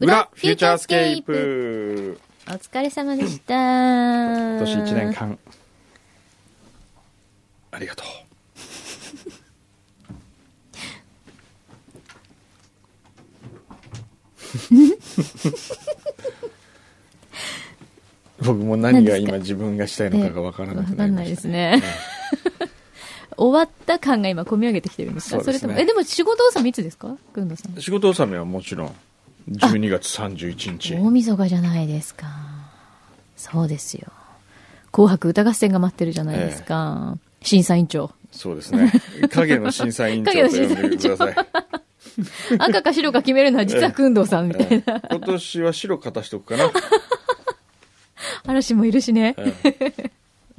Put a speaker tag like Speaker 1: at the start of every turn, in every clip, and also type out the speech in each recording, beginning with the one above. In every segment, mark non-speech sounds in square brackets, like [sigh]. Speaker 1: 裏フューチャースケープ
Speaker 2: お疲れ様でした。
Speaker 1: 今
Speaker 2: 今
Speaker 1: 年1年。間あ
Speaker 2: [laughs]
Speaker 1: りがとう僕も何が今自分がしたいのかがわからな
Speaker 2: わ
Speaker 1: く
Speaker 2: か
Speaker 1: なり
Speaker 2: ん
Speaker 1: ま
Speaker 2: ないで
Speaker 1: し
Speaker 2: す
Speaker 1: たね
Speaker 2: ね。終わった感が今、込み上げてきてるんですか
Speaker 1: そうです
Speaker 2: れと
Speaker 1: ね
Speaker 2: も、え、でも仕事納めいつですかくんどさん。
Speaker 1: 仕事納めはもちろん12月31日
Speaker 2: 大晦日じゃないですか。そうですよ。紅白歌合戦が待ってるじゃないですか。審査委員長。
Speaker 1: そうですね影の審査委員長と呼んでください
Speaker 2: 赤か白か決めるのは実はくんどさんみたいな。
Speaker 1: ええ今年は白勝たしとくか
Speaker 2: [laughs]
Speaker 1: な、
Speaker 2: 嵐もいるしね。
Speaker 1: ええ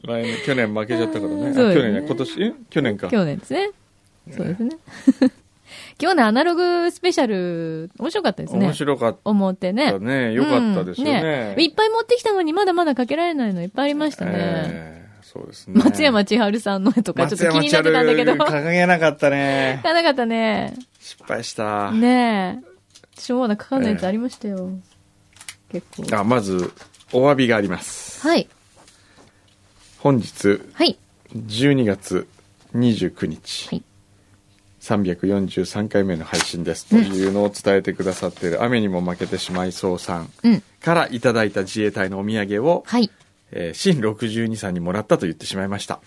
Speaker 1: 来年去年負けちゃったからねあ
Speaker 2: そうですね
Speaker 1: 去年ね今年え去年か
Speaker 2: 去年ですね。そうですね。 [laughs] 今日のアナログスペシャル、面白かったですね。
Speaker 1: 面白かっ
Speaker 2: 思ってね
Speaker 1: た。ねよかったですよね,、
Speaker 2: うんいっぱい持ってきたのにまだまだかけられないのいっぱいありましたね。
Speaker 1: ええそうですね
Speaker 2: 松山千春さんの絵とかちょっと気になってたんだけど、
Speaker 1: 松山千春
Speaker 2: か
Speaker 1: 掲げなかっ
Speaker 2: [laughs]
Speaker 1: たね
Speaker 2: なかったね。
Speaker 1: 失敗した、
Speaker 2: ねえ。私もまだ書かないやつありましたよ。結構。
Speaker 1: あまずお詫びがあります
Speaker 2: はい。
Speaker 1: 本日
Speaker 2: はい。
Speaker 1: 12月29日、
Speaker 2: はい
Speaker 1: 343回目の配信ですというのを伝えてくださっている「雨にも負けてしまいそうさん
Speaker 2: うん。」
Speaker 1: からいただいた自衛隊のお土産を、
Speaker 2: はい。
Speaker 1: えー、新62さんにもらったと言ってしまい
Speaker 2: [laughs]
Speaker 1: ました。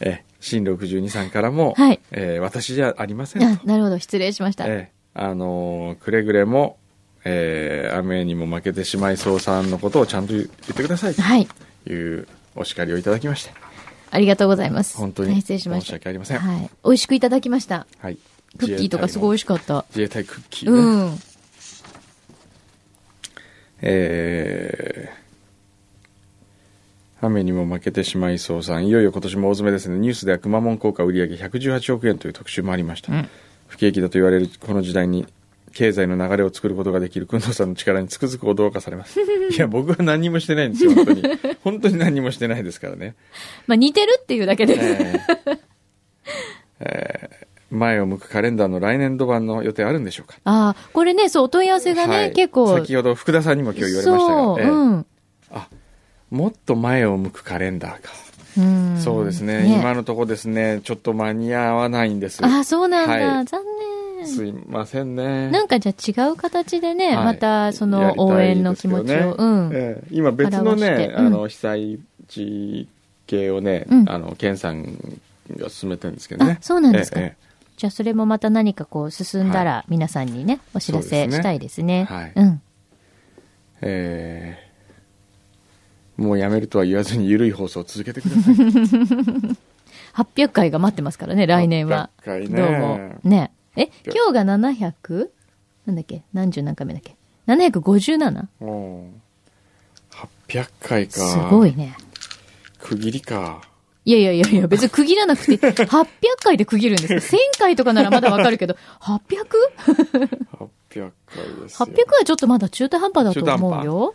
Speaker 1: えー、新62さんからも、
Speaker 2: はい
Speaker 1: えー私じゃありません
Speaker 2: あ
Speaker 1: と、
Speaker 2: なるほど。失礼しました。
Speaker 1: えーあのーくれぐれも、えー雨にも負けてしまいそうさんのことをちゃんと言ってくださいと
Speaker 2: はい。
Speaker 1: いうお叱りをいただきまして、
Speaker 2: ありがとうございます。
Speaker 1: 本当
Speaker 2: はい
Speaker 1: に
Speaker 2: 失礼
Speaker 1: 申
Speaker 2: しまし。
Speaker 1: した訳ありません。
Speaker 2: はい。美味しくいただきました。
Speaker 1: はい。
Speaker 2: クッキーとかすごい美味しかった。
Speaker 1: 自衛隊クッキーね。
Speaker 2: うん。
Speaker 1: えー雨にも負けてしまいそうさん。いよいよ今年も大詰めですね。ニュースではくまモン効果売上118億円という特集もありました。不景気だと言われるこの時代に、経済の流れを作ることができるくんどさんの力につくづく驚かされ
Speaker 2: [laughs]
Speaker 1: ます。いや、僕は何もしてないんですよ、本当に。本当に何もしてないですからね。
Speaker 2: まあ似てるっていうだけで。
Speaker 1: えーえー前を向くカレンダーの来年度版の予定あるんでしょうか
Speaker 2: [laughs] ああ、これね、そう、お問い合わせがね、
Speaker 1: はい
Speaker 2: 結構。
Speaker 1: 先ほど福田さんにも今日言われましたが、
Speaker 2: そう、
Speaker 1: ええ
Speaker 2: うん。
Speaker 1: もっと前を向くカレンダーか、
Speaker 2: うん
Speaker 1: そうですね今のとこですねちょっと間に合わないんです
Speaker 2: あ、そうなんだ。
Speaker 1: はい
Speaker 2: 残念。
Speaker 1: すいませんね
Speaker 2: なんかじゃあ違う形でね、
Speaker 1: はい
Speaker 2: またそ
Speaker 1: や
Speaker 2: の
Speaker 1: りたい
Speaker 2: 応援の気持ち
Speaker 1: です
Speaker 2: を。
Speaker 1: よね
Speaker 2: うん。
Speaker 1: ええ今別の
Speaker 2: 表して
Speaker 1: ね、
Speaker 2: うん
Speaker 1: あの被災地系をね、
Speaker 2: うん
Speaker 1: あの健さんが進めてるんですけど
Speaker 2: あ
Speaker 1: ね、
Speaker 2: そうなんですか。
Speaker 1: ええ
Speaker 2: じゃあそれもまた何かこう進んだら皆さんにね、お知ら
Speaker 1: そうで
Speaker 2: せ
Speaker 1: すね
Speaker 2: したいですね。
Speaker 1: はい
Speaker 2: うん。
Speaker 1: ええええもうやめるとは言わずに緩い放送を続けてくだ
Speaker 2: [laughs]
Speaker 1: さい
Speaker 2: 800回が待ってますからね、来年は。
Speaker 1: 800回ね
Speaker 2: どうも。ね。え、今日が 700? なんだっけ何十何回目だっけ ?757?
Speaker 1: うん800回か
Speaker 2: すごいね。
Speaker 1: 区切りか
Speaker 2: いやいやいや
Speaker 1: [laughs]
Speaker 2: いや、別に区切らなくて、800回で区切るんですか ?1000 回とかならまだわかるけど、800?800
Speaker 1: [laughs] 800回ですよ
Speaker 2: はちょっとまだ中途半端だと思うよ。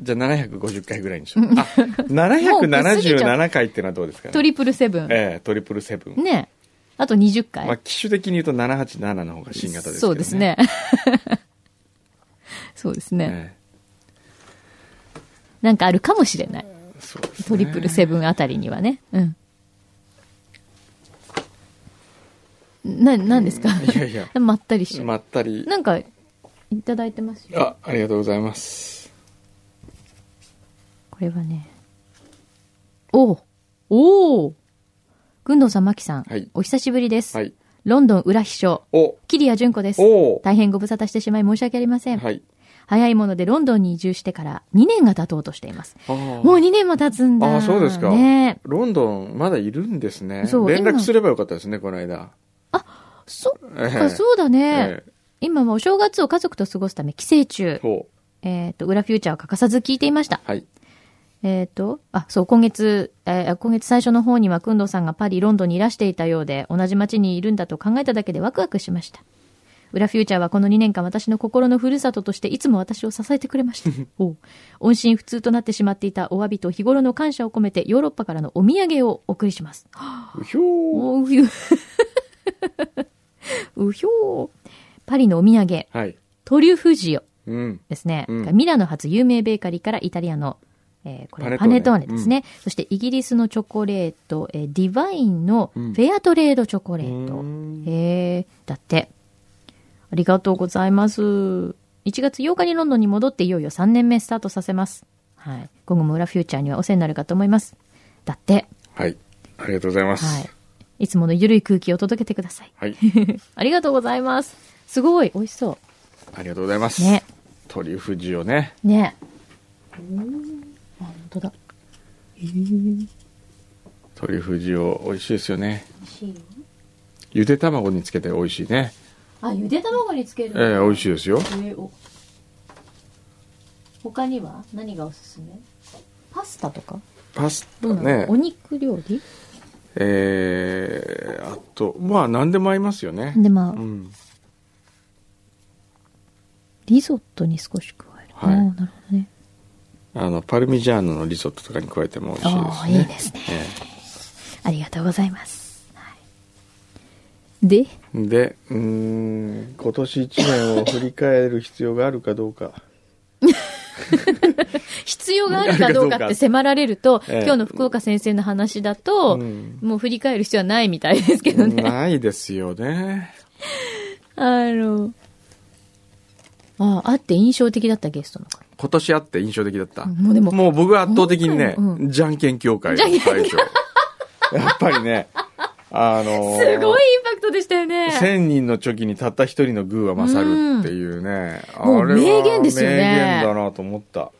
Speaker 1: じゃあ750回ぐらいにしよう。あ、777回っていうのはどうですか
Speaker 2: ト
Speaker 1: ね。
Speaker 2: リプルセブン。
Speaker 1: ええ、トリプルセブン。
Speaker 2: ねあと20回。
Speaker 1: まあ、機種的に言うと787の方が新型ですけどね。
Speaker 2: そうです。ね。 [laughs] そうですね。
Speaker 1: え
Speaker 2: なんかあるかもしれない。
Speaker 1: え、そうですね。
Speaker 2: トリプルセブンあたりにはね。うん。な、なんですか
Speaker 1: いやいや
Speaker 2: [laughs] まったりしちゃう
Speaker 1: まったり。
Speaker 2: なんか、いただいてますよ。
Speaker 1: あ、ありがとうございます。
Speaker 2: これはね。おうおお軍藤さん、まきさん、
Speaker 1: はい
Speaker 2: お久しぶりです。
Speaker 1: はい。
Speaker 2: ロンドン裏秘書、
Speaker 1: お、
Speaker 2: 桐谷純子です。
Speaker 1: お
Speaker 2: 大変ご無沙汰してしまい申し訳ありません。
Speaker 1: はい。
Speaker 2: 早いものでロンドンに移住してから2年が経とうとしています。
Speaker 1: あー
Speaker 2: もう2年も経つんだ。
Speaker 1: あーそうですか
Speaker 2: ねえ
Speaker 1: ロンドン、まだいるんですね。
Speaker 2: そう
Speaker 1: 連絡
Speaker 2: 今
Speaker 1: すればよかったですね、この間。
Speaker 2: そっ
Speaker 1: え
Speaker 2: か、そうだね。
Speaker 1: ええ
Speaker 2: 今はお正月を家族と過ごすため帰省中。
Speaker 1: ほう。
Speaker 2: えっ、と、裏フューチャーは欠かさず聞いていました。
Speaker 1: はい。
Speaker 2: えっ、と、あ、そう、今月、えー今月最初の方には、くんどさんがパリ、ロンドンにいらしていたようで、同じ街にいるんだと考えただけでワクワクしました。裏フューチャーはこの2年間私の心のふるさととしていつも私を支えてくれました。おう音信不通となってしまっていたお詫びと日頃の感謝を込めてヨーロッパからのお土産をお送りします。
Speaker 1: うひょー。
Speaker 2: おうふゆうひょー。パリのお土産、
Speaker 1: はい。
Speaker 2: トリュフジオ
Speaker 1: うん。
Speaker 2: ですね。
Speaker 1: うん
Speaker 2: ミラノ発有名ベーカリーからイタリアの、えーこれパ
Speaker 1: パネ
Speaker 2: ネ
Speaker 1: ト
Speaker 2: ト
Speaker 1: ー
Speaker 2: ー
Speaker 1: ネ
Speaker 2: ネですね、そしてイギリスのチョコレート、えーディバインの
Speaker 1: う
Speaker 2: フ
Speaker 1: ん
Speaker 2: ェアトレードチョコレート。
Speaker 1: うん
Speaker 2: へえ、だって。ありがとうございます。1月8日にロンドンに戻っていよいよ3年目スタートさせます。はい。今後も裏フューチャーにはお世話になるかと思います。だって。
Speaker 1: はい。ありがとうございます。
Speaker 2: はい。いつものゆるい空気を届けてください。 [laughs]
Speaker 1: はい。
Speaker 2: ありがとうございます。すごい。美味しそ
Speaker 1: ありがとうございます。
Speaker 2: ね
Speaker 1: トリュフ塩ね。
Speaker 2: う。ねえ。あ、本当だ。
Speaker 1: トリュフ塩、美味しいですよね。
Speaker 2: 美味しいよ。
Speaker 1: ゆで卵につけて美味しいね。
Speaker 2: あ、ゆで卵につける
Speaker 1: ええ美味しいですよ。
Speaker 2: い。えー、お他には何がおすすめパスタとか
Speaker 1: パスタ
Speaker 2: どうなの、
Speaker 1: ね
Speaker 2: お。肉料理
Speaker 1: えー、あと、まあ、何でも合いますよね。
Speaker 2: でまあ、
Speaker 1: うん。
Speaker 2: リゾットに少し加える。
Speaker 1: はい
Speaker 2: おーなるほどね。
Speaker 1: あの、パルミジャーノのリゾットとかに加えても美味しいです
Speaker 2: ああ、
Speaker 1: ね。
Speaker 2: いいですね。ありがとうございます。はい、で、
Speaker 1: ええで、うーん、今年一年を振り返る必要があるかどうか。
Speaker 2: 必要があるかどうかって迫られると、
Speaker 1: ええ
Speaker 2: 今日の福岡先生の話だと、
Speaker 1: うん
Speaker 2: もう振り返る必要は [laughs] ないみたいですけどね。
Speaker 1: ないですよね。
Speaker 2: あの、ああ、あって印象的だったゲストの方。
Speaker 1: 今年あって印象的だった。
Speaker 2: もうでも
Speaker 1: もう僕は圧倒的にね、
Speaker 2: 今回もう
Speaker 1: じゃんけん協会
Speaker 2: じゃんけ
Speaker 1: の
Speaker 2: ん協会
Speaker 1: 会長。
Speaker 2: [laughs]
Speaker 1: やっぱりね、あのー
Speaker 2: すごいインパクトでしたよね。
Speaker 1: 千人のチョキにたった一人のグーは勝るっていうね。
Speaker 2: うんもう
Speaker 1: あれは
Speaker 2: 名言ですよね
Speaker 1: 名言だなと思った。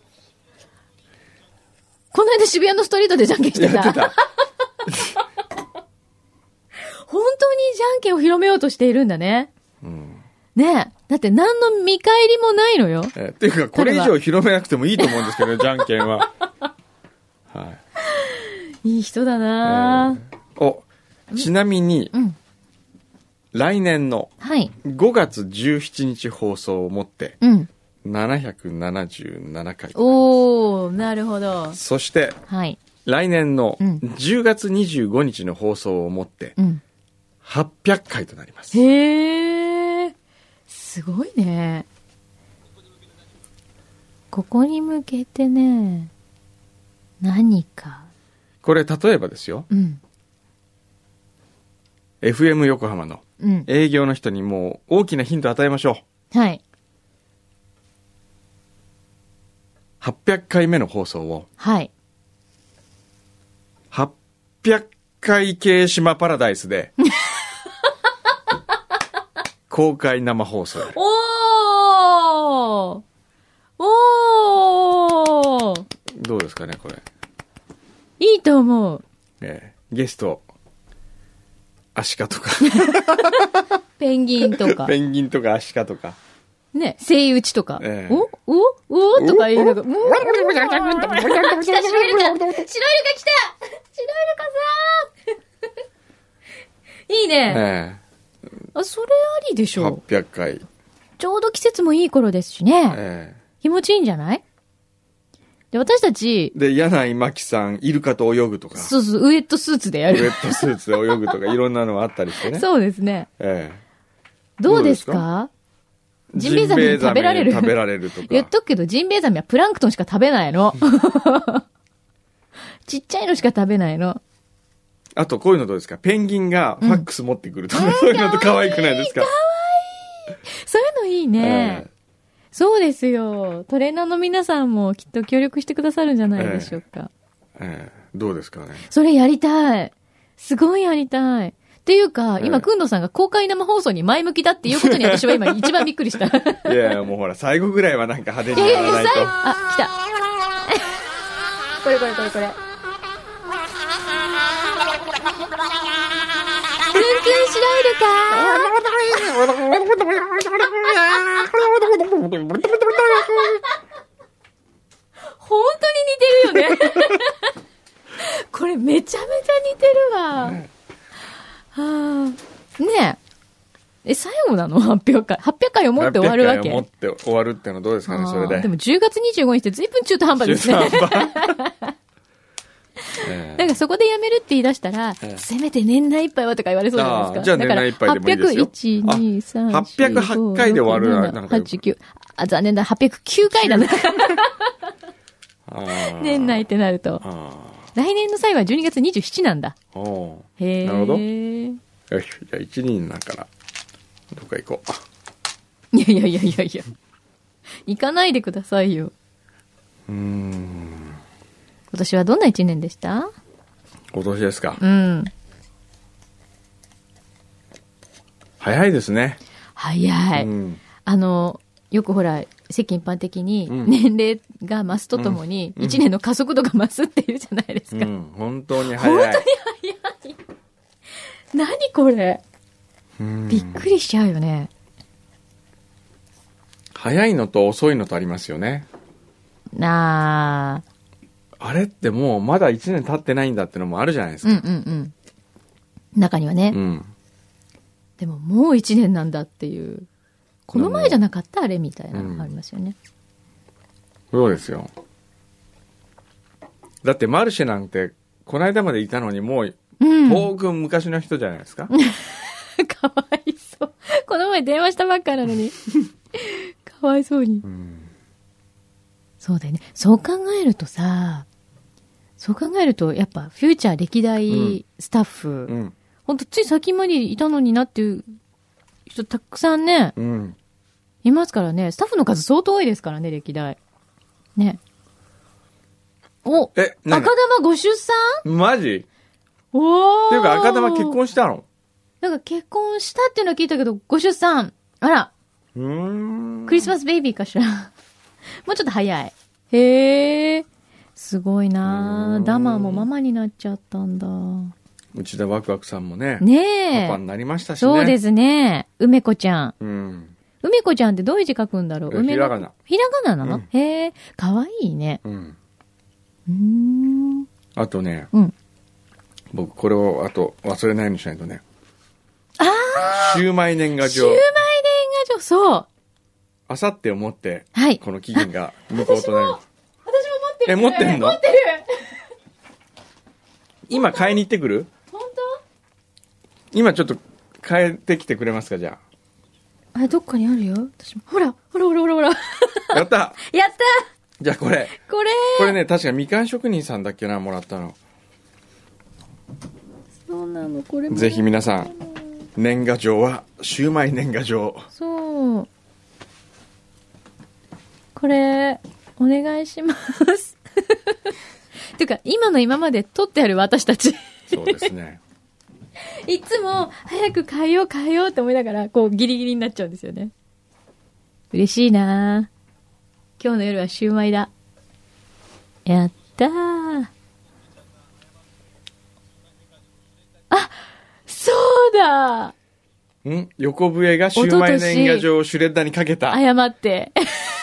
Speaker 2: この間渋谷のストリートでじゃんけんして
Speaker 1: や
Speaker 2: た。
Speaker 1: ってた。
Speaker 2: 本当にじゃんけんを広めようとしているんだね。
Speaker 1: うん
Speaker 2: ねえ。だって何の見返りもないのよ。
Speaker 1: えっていうか、これ以上広めなくてもいいと思うんです
Speaker 2: [laughs]
Speaker 1: けどね、じゃんけんは。はい
Speaker 2: いい人だな、
Speaker 1: えーお、ちなみに、
Speaker 2: うん。
Speaker 1: 来年の
Speaker 2: はい。
Speaker 1: 5月17日放送をもって、
Speaker 2: うん。
Speaker 1: 777回。
Speaker 2: おー、なるほど。
Speaker 1: そして、
Speaker 2: はい。
Speaker 1: 来年の
Speaker 2: うん
Speaker 1: 10月25日の放送をもって
Speaker 2: うん。
Speaker 1: 800回となります。
Speaker 2: へー。すごいね。ここに向けてね、何か。
Speaker 1: これ例えばですよ、
Speaker 2: うん。
Speaker 1: FM 横浜の
Speaker 2: うん。
Speaker 1: 営業の人にもう大きなヒントを与えましょ
Speaker 2: はい。
Speaker 1: う。800回目の放送を
Speaker 2: はい。
Speaker 1: 800回系島パラダイ
Speaker 2: [laughs]
Speaker 1: スで公開生放送。
Speaker 2: おーおー
Speaker 1: どうですかね、これ。
Speaker 2: いいと思う。
Speaker 1: ええゲスト、アシカとか、
Speaker 2: ペンギンと
Speaker 1: [laughs]
Speaker 2: か。
Speaker 1: ペンギンとかアシカとか。
Speaker 2: ね、セイウチとか。
Speaker 1: ええ
Speaker 2: おおおとか言うのが。うわ来た、白イルカ白イルカ来た白イルカさんいいね。
Speaker 1: え
Speaker 2: あ、それありでし
Speaker 1: え
Speaker 2: ょ
Speaker 1: 800回。
Speaker 2: ちょうど季節もいい頃ですしね。
Speaker 1: ええ
Speaker 2: 気持ちいいんじゃないで、私たち、
Speaker 1: で、柳井真紀さん、イルカと泳ぐとか、
Speaker 2: そうそう、ウエットスーツでや
Speaker 1: ウェ
Speaker 2: る。
Speaker 1: ットスーツで泳ぐと [laughs] か、いろんなのがあったりしてね。
Speaker 2: そうですね。
Speaker 1: え
Speaker 2: どうです
Speaker 1: どう
Speaker 2: か
Speaker 1: え
Speaker 2: ジンベエザメに食べられる
Speaker 1: ジンベエザメに食べられるとか。
Speaker 2: 言っとくけど、ジンベエザメはプランクトンしか食べないの。ちっちゃいのしか食べないの。
Speaker 1: あと、こういうのどうですかペンギンがファックス持ってくるとか、そういうのと可愛くないですか
Speaker 2: そういうのいいね。
Speaker 1: え
Speaker 2: そうですよ。トレーナーの皆さんもきっと協力してくださるんじゃないでしょうか。
Speaker 1: えええどうですかね
Speaker 2: それやりたい。すごいやりたい。っていうか、
Speaker 1: え
Speaker 2: 今、
Speaker 1: え
Speaker 2: くんどさんが公開生放送に前向きだっていうことに私は
Speaker 1: [laughs]
Speaker 2: 今一番びっくりした。い
Speaker 1: いやいや、もうほら、最後ぐらいはなんか派手
Speaker 2: や
Speaker 1: に
Speaker 2: いやい
Speaker 1: やら
Speaker 2: や、
Speaker 1: ない
Speaker 2: 最
Speaker 1: と [laughs]
Speaker 2: 後。あ、来た。 [laughs] これこれこれ [laughs] これ。くんくんしらいるか本当に似てるよね。 [laughs] これめちゃめちゃ似てるわ。
Speaker 1: ね
Speaker 2: はあ。ねえ。え、最後なの ?800 回。800回をもって終わるわ
Speaker 1: 800
Speaker 2: け。
Speaker 1: 回を持って終わるってのはどうですかね、それ
Speaker 2: ああ [laughs]
Speaker 1: で。
Speaker 2: も10月25日って随分中途半端です
Speaker 1: 13
Speaker 2: ね。
Speaker 1: 番 [laughs] ええね
Speaker 2: なんかそこでやめるって言い出したら、
Speaker 1: ええ
Speaker 2: せめて年内いっぱいはとか言われそうじゃないです
Speaker 1: あ
Speaker 2: か。
Speaker 1: あじゃあ
Speaker 2: だから
Speaker 1: 年内いっぱいでもいいですよ
Speaker 2: 801、2、3、
Speaker 1: あ
Speaker 2: 4
Speaker 1: 808回で終わるななんかよく
Speaker 2: 8、9。あ、残念だ。809回
Speaker 1: [laughs]
Speaker 2: だな。
Speaker 1: あー
Speaker 2: 年内ってなると。
Speaker 1: あ
Speaker 2: 来年の際は12月27なんだ。
Speaker 1: あおう
Speaker 2: へえ。
Speaker 1: なるほど
Speaker 2: い
Speaker 1: よしじゃあ1人だからどっか行こ
Speaker 2: やいやいやいやいや。行かないでくださいよ。
Speaker 1: ううーん
Speaker 2: 今年はどんな一年でした
Speaker 1: 今年ですか
Speaker 2: うん。
Speaker 1: 早いですね
Speaker 2: 早い。
Speaker 1: うん
Speaker 2: あの、よくほら、世間一般的に
Speaker 1: うん
Speaker 2: 年齢が増すとともに、
Speaker 1: うん
Speaker 2: 一年の加速度が増すっていうじゃないです
Speaker 1: う
Speaker 2: か。
Speaker 1: ん本当に早い
Speaker 2: 何これ
Speaker 1: うん
Speaker 2: びっくりしちゃうよね。
Speaker 1: 早いのと遅いのとありますよね
Speaker 2: なあ。
Speaker 1: あれってもうまだ1年経ってないんだってのもあるじゃないです
Speaker 2: うん
Speaker 1: か
Speaker 2: うんうん。中にはね、
Speaker 1: うん
Speaker 2: でももう一年なんだっていう。この前じゃなかったあれみたいな
Speaker 1: うん
Speaker 2: のありますよね。
Speaker 1: そうですよだってマルシェなんてこの間までいたのにもう
Speaker 2: うん。
Speaker 1: 遠く昔の人じゃないですか、
Speaker 2: かわいそう。この前電話したばっかなの
Speaker 1: [laughs]
Speaker 2: に。かわいそうに。
Speaker 1: うん
Speaker 2: そうだよね。そう考えるとさ、そう考えると、やっぱ、フューチャー歴代スタッフ、
Speaker 1: うん
Speaker 2: ほんとつい先までいたのになっていう人たくさんね、
Speaker 1: うん
Speaker 2: いますからね。スタッフの数相当多いですからね、歴代。ね。お赤
Speaker 1: え何
Speaker 2: 玉ご出産
Speaker 1: マジ
Speaker 2: おー
Speaker 1: っていうか赤玉結婚したの
Speaker 2: なんか結婚したっていうのは聞いたけど、ご出産あら
Speaker 1: うーん
Speaker 2: クリスマスベイビーかしら。 [laughs] もうちょっと早い。へえ。すごいうな
Speaker 1: ーん
Speaker 2: あダマーもママになっちゃったんだ。
Speaker 1: 内田ワクワクさんもね
Speaker 2: ねえ。
Speaker 1: パパになりましたしね、
Speaker 2: そうですすね。梅子ちゃん。
Speaker 1: うん
Speaker 2: 梅子ちゃんってどういう字書くんだろう
Speaker 1: え
Speaker 2: 梅の
Speaker 1: ひらがな。
Speaker 2: ひらがななの、
Speaker 1: うん
Speaker 2: へえ。かわいいね。
Speaker 1: うん、
Speaker 2: うーん。
Speaker 1: あとね
Speaker 2: うん。
Speaker 1: 僕これをあと忘れないようにしないとねああシューマイ年賀
Speaker 2: シ
Speaker 1: 状
Speaker 2: ューマイ年賀状、そう。
Speaker 1: あさってをもって
Speaker 2: はい。
Speaker 1: この期限が無効となる
Speaker 2: 私も持ってる。
Speaker 1: え持ってんの
Speaker 2: 持ってる。
Speaker 1: 今買いに行ってくる
Speaker 2: 本
Speaker 1: 今ちょっと変えてきてくれますかじゃ
Speaker 2: 当あれ、どっかにあるよ。私も。ほら、ほらほらほらほ [laughs] ら。やっ
Speaker 1: あやった
Speaker 2: た
Speaker 1: じゃあこれ
Speaker 2: これ
Speaker 1: これね確かみかん職人さんだっけなもらったの
Speaker 2: そうなの、これも
Speaker 1: ぜひ皆さん年賀状はシューマイ年
Speaker 2: [laughs]
Speaker 1: 賀状
Speaker 2: そう。これ、お願いします。 [laughs] てか、今の今まで撮ってある私たち、
Speaker 1: そうですね
Speaker 2: いつも早く変えよう変えようって思いながら、こうギリギリになっちゃうんですよね。嬉しいなぁ今日の夜はシューマイだ。やったー。あ、そうだ
Speaker 1: ん横笛がシューマイ年賀状をシュレッダーにかけた
Speaker 2: 謝って。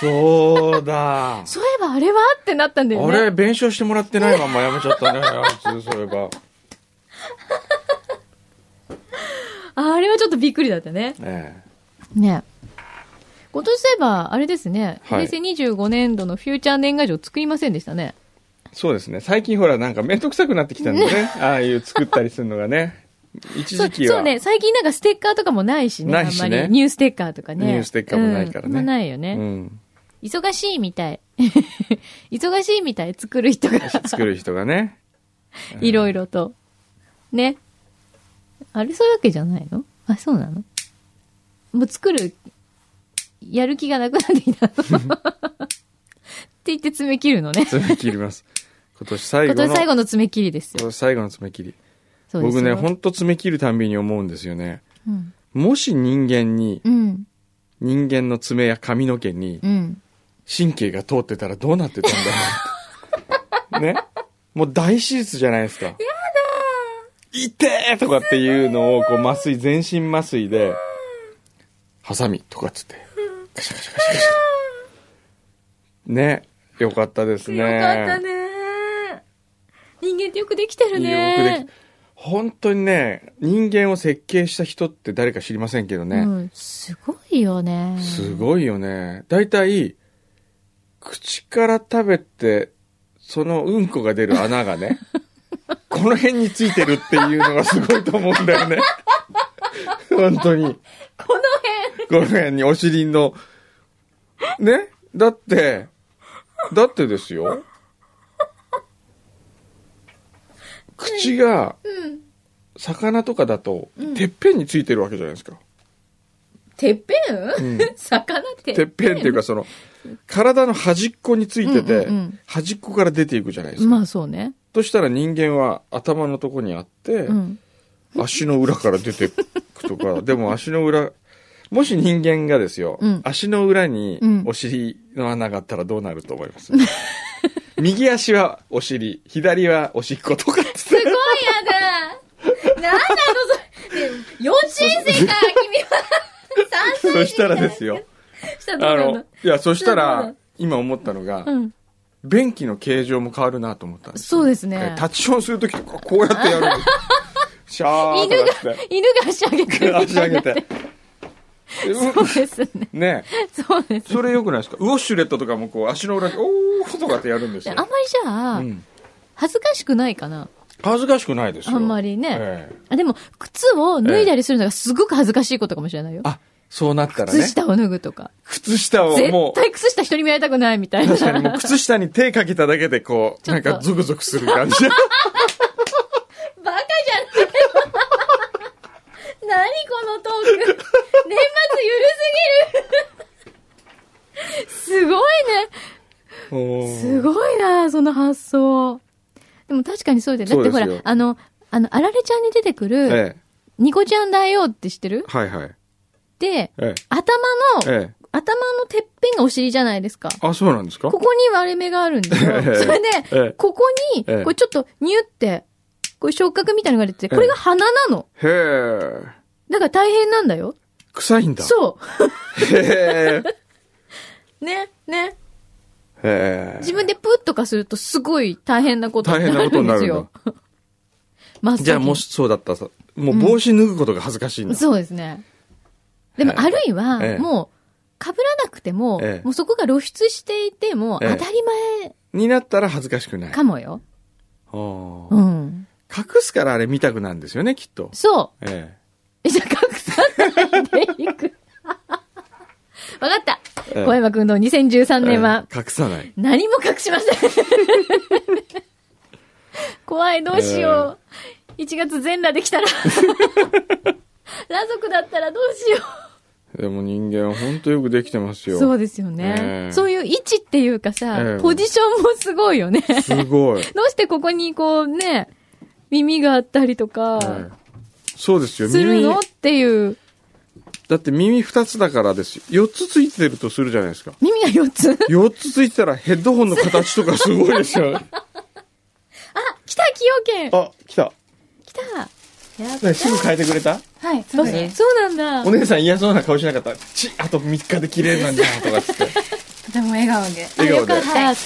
Speaker 1: そうだ
Speaker 2: そういえばあれはってなったんだよ
Speaker 1: あ
Speaker 2: ね。
Speaker 1: れ弁償してもらってないまんまやめちゃったねあいつそういえば
Speaker 2: あれはちょっとびっくりだったね。
Speaker 1: え
Speaker 2: ね。今年そういえば、あれですね、
Speaker 1: はい
Speaker 2: 平成25年度のフューチャー年賀状作りませんでしたね。
Speaker 1: えそうですね最近ほらなんか面倒くさくなってきたんで
Speaker 2: [laughs]
Speaker 1: ねああいう作ったりするのがね一
Speaker 2: そう
Speaker 1: 時期は
Speaker 2: そうね、最近なんかステッカーとかもないしね、
Speaker 1: ないしね
Speaker 2: あんまり。ニューステッカーとかね。
Speaker 1: ニューステッカーもないからね
Speaker 2: うんあんまないよ
Speaker 1: う
Speaker 2: ね、
Speaker 1: ん、
Speaker 2: 忙しいみたい。 [laughs] 忙しいみたい、作る人が [laughs]
Speaker 1: 作る人がね
Speaker 2: いろいろと。ね。あれそういうわけじゃないのあ、そうなのもう作る、やる気がなくなってきたのって言って詰め切るのね。
Speaker 1: 爪切ります今年最後
Speaker 2: 今
Speaker 1: の
Speaker 2: 年最後の爪切りです
Speaker 1: 今
Speaker 2: よ。
Speaker 1: 年最後の爪切り
Speaker 2: そうです
Speaker 1: 僕
Speaker 2: よ
Speaker 1: ねほんと爪切るたんびに思うんですよね
Speaker 2: うん。
Speaker 1: もし人間に
Speaker 2: うん。
Speaker 1: 人間の爪や髪の毛に
Speaker 2: うん。
Speaker 1: 神経が通ってたらどうなってたんだろ
Speaker 2: [laughs]
Speaker 1: うねもう大手術じゃないですかやだ痛えとかっていうのをこう麻酔全身麻酔でハサミとかっつってカシャカシャカシャカシャねよかったですね
Speaker 2: よかったね。人間ってよくできてる
Speaker 1: よくで
Speaker 2: ね
Speaker 1: き。本当にね人間を設計した人って誰か知りませんけどね、
Speaker 2: うん。すごいよね。
Speaker 1: すごいよね大体
Speaker 2: [laughs]
Speaker 1: 口から食べてそのうんこが出る穴がねこの辺についてるっていうのがすごいと思うんだよね。本当に。
Speaker 2: この
Speaker 1: この辺にお尻の。ねだって、だってですよ。口が、
Speaker 2: 辺、うん。
Speaker 1: 魚とかだと、
Speaker 2: うん
Speaker 1: てっぺんについてるわけじゃないですか。
Speaker 2: てっぺん、
Speaker 1: うん
Speaker 2: [laughs] 魚って。
Speaker 1: てっぺんっていうか、その、体の端っこについてて、
Speaker 2: うんうんうん
Speaker 1: 端っこから出ていくじゃないですか。
Speaker 2: まあそうね。
Speaker 1: としたら人間は頭のとこにあって、
Speaker 2: うん。
Speaker 1: 足の裏から出てくと
Speaker 2: [laughs]
Speaker 1: か、でも足の裏、もし人間がですよ、
Speaker 2: うん
Speaker 1: 足の裏に
Speaker 2: うん
Speaker 1: お尻の穴があったらどうなると思います、 [laughs] 右足はお尻、左はおしっことかっつ
Speaker 2: す
Speaker 1: っ
Speaker 2: ごいやだなんなのそれ。ね幼稚園生か、君は。3歳
Speaker 1: て、
Speaker 2: 児
Speaker 1: そしたらですよ、
Speaker 2: したら
Speaker 1: あ
Speaker 2: どう [laughs] な
Speaker 1: の
Speaker 2: の、
Speaker 1: いや、そした
Speaker 2: どうな
Speaker 1: ら
Speaker 2: の、
Speaker 1: 今思ったのが、
Speaker 2: うん。
Speaker 1: 便器の形状も変わるなと思ったんです
Speaker 2: そ
Speaker 1: よ
Speaker 2: うですね。
Speaker 1: タッチションするときとかこうやってやるんですよ
Speaker 2: [laughs]
Speaker 1: シャー
Speaker 2: 犬が
Speaker 1: とかっ、
Speaker 2: 犬が足上げて
Speaker 1: て、
Speaker 2: るみ
Speaker 1: [laughs] 足
Speaker 2: た
Speaker 1: 上
Speaker 2: いにな
Speaker 1: げ
Speaker 2: って
Speaker 1: て。。
Speaker 2: そうですね。
Speaker 1: ね
Speaker 2: そうですね。
Speaker 1: それ良くないですかウォッシュレットとかもこう足の裏に、おーとかってやるんです
Speaker 2: あん
Speaker 1: よ
Speaker 2: ま。りじゃあ、
Speaker 1: うん
Speaker 2: 恥ずかしくないかな。
Speaker 1: 恥ずかしくないですよ。
Speaker 2: あんまりね
Speaker 1: ええ
Speaker 2: あでも、靴を脱いだりするのがすごく恥ずかしいことかもしれないよ。
Speaker 1: あ、そうなったらね
Speaker 2: 靴。下を脱ぐとか。
Speaker 1: 靴下を
Speaker 2: 絶
Speaker 1: もう、
Speaker 2: 対靴下人に見られたくないみたいな。
Speaker 1: 確かにもう靴下に手かけただけでこう、
Speaker 2: [laughs] ちょ
Speaker 1: な
Speaker 2: っ
Speaker 1: ん
Speaker 2: と
Speaker 1: かゾクゾクす
Speaker 2: [laughs]
Speaker 1: る感
Speaker 2: バ
Speaker 1: じ。
Speaker 2: カじゃない何このトーク年末ゆるすぎるすごいね
Speaker 1: おー
Speaker 2: すごいなその発想でも確かにそうだよだ
Speaker 1: そ
Speaker 2: っ
Speaker 1: う
Speaker 2: て
Speaker 1: です
Speaker 2: ほ
Speaker 1: よ
Speaker 2: らあのあのあられちゃんに出てくる
Speaker 1: ええ。
Speaker 2: ニコちゃん大王って知ってる
Speaker 1: はいはい。
Speaker 2: で
Speaker 1: え
Speaker 2: 頭
Speaker 1: え。
Speaker 2: の
Speaker 1: ええ。
Speaker 2: 頭のてっぺんがお尻じゃないですか
Speaker 1: あ、そうなんですか
Speaker 2: ここに割れ目があるんです
Speaker 1: [laughs]
Speaker 2: よ。
Speaker 1: ええ
Speaker 2: それで、
Speaker 1: ええ
Speaker 2: ここに、
Speaker 1: ええ
Speaker 2: こうちょっとニュって、こういう触覚みたいなのが出てて、
Speaker 1: ええ
Speaker 2: これが鼻なの。
Speaker 1: へえ。
Speaker 2: だから大変なんだよ。
Speaker 1: 臭いんだ。
Speaker 2: そ
Speaker 1: へえ。
Speaker 2: う。ね、ね。
Speaker 1: へえ。
Speaker 2: 自分でプッとかするとすごい大変なこと
Speaker 1: 大
Speaker 2: にな
Speaker 1: 変なこ
Speaker 2: る
Speaker 1: と
Speaker 2: ん
Speaker 1: に
Speaker 2: で
Speaker 1: な
Speaker 2: す
Speaker 1: るん
Speaker 2: よ
Speaker 1: だ。。
Speaker 2: [laughs] 真っ先に
Speaker 1: じゃあもしそうだったらさ、もう帽子脱ぐことが恥ずかしいんだ。
Speaker 2: そうですね。でも、
Speaker 1: ええ
Speaker 2: あるいは、
Speaker 1: ええ
Speaker 2: もう、被らなくても、
Speaker 1: ええ
Speaker 2: もうそこが露出していても、
Speaker 1: ええ
Speaker 2: 当たり前
Speaker 1: になったら恥ずかしくない。
Speaker 2: かもよ。
Speaker 1: あー
Speaker 2: うん。
Speaker 1: 隠すからあれ見たくなんですよね、きっと。
Speaker 2: そう。
Speaker 1: え
Speaker 2: え、じゃあ隠さないでい
Speaker 1: [laughs]
Speaker 2: く。わかった。
Speaker 1: ええ
Speaker 2: 小山くんの2013
Speaker 1: え。
Speaker 2: 年は、
Speaker 1: ええ隠さない。
Speaker 2: 何も隠しま
Speaker 1: [laughs]
Speaker 2: せん。怖い、どうしよう。1月全裸で
Speaker 1: [laughs]
Speaker 2: きたら。裸族だったらどうしよ
Speaker 1: でも人間は本当よくできてます
Speaker 2: う。
Speaker 1: よ。
Speaker 2: そうですよ
Speaker 1: え
Speaker 2: ね。
Speaker 1: え
Speaker 2: そういう位置っていうかさ、
Speaker 1: ええ
Speaker 2: ポジションもすごいよね。
Speaker 1: すごい。
Speaker 2: どうしてここにこうね、耳があったりとか、
Speaker 1: ええそうですよ。
Speaker 2: する
Speaker 1: 耳。
Speaker 2: のっていう。
Speaker 1: だって耳二つだからですよ。四つついてるとするじゃないですか。
Speaker 2: 耳が4つ
Speaker 1: 四つついてたらヘッドホンの形とかすごいですよ。
Speaker 2: 来た、崎陽 [laughs] 軒
Speaker 1: [laughs] あ、来た。
Speaker 2: 来たやっ
Speaker 1: ねすぐ変えてくれた
Speaker 3: はい、
Speaker 2: そ
Speaker 3: そううです。
Speaker 2: そうなん
Speaker 1: お
Speaker 2: だ。
Speaker 1: 姉さん嫌そうな顔しなかった。ち、あと3日で綺麗なん [laughs] じゃんとかつって。
Speaker 3: とても笑顔で。
Speaker 2: あ、
Speaker 1: 笑
Speaker 2: よ
Speaker 1: 顔で
Speaker 2: かった。素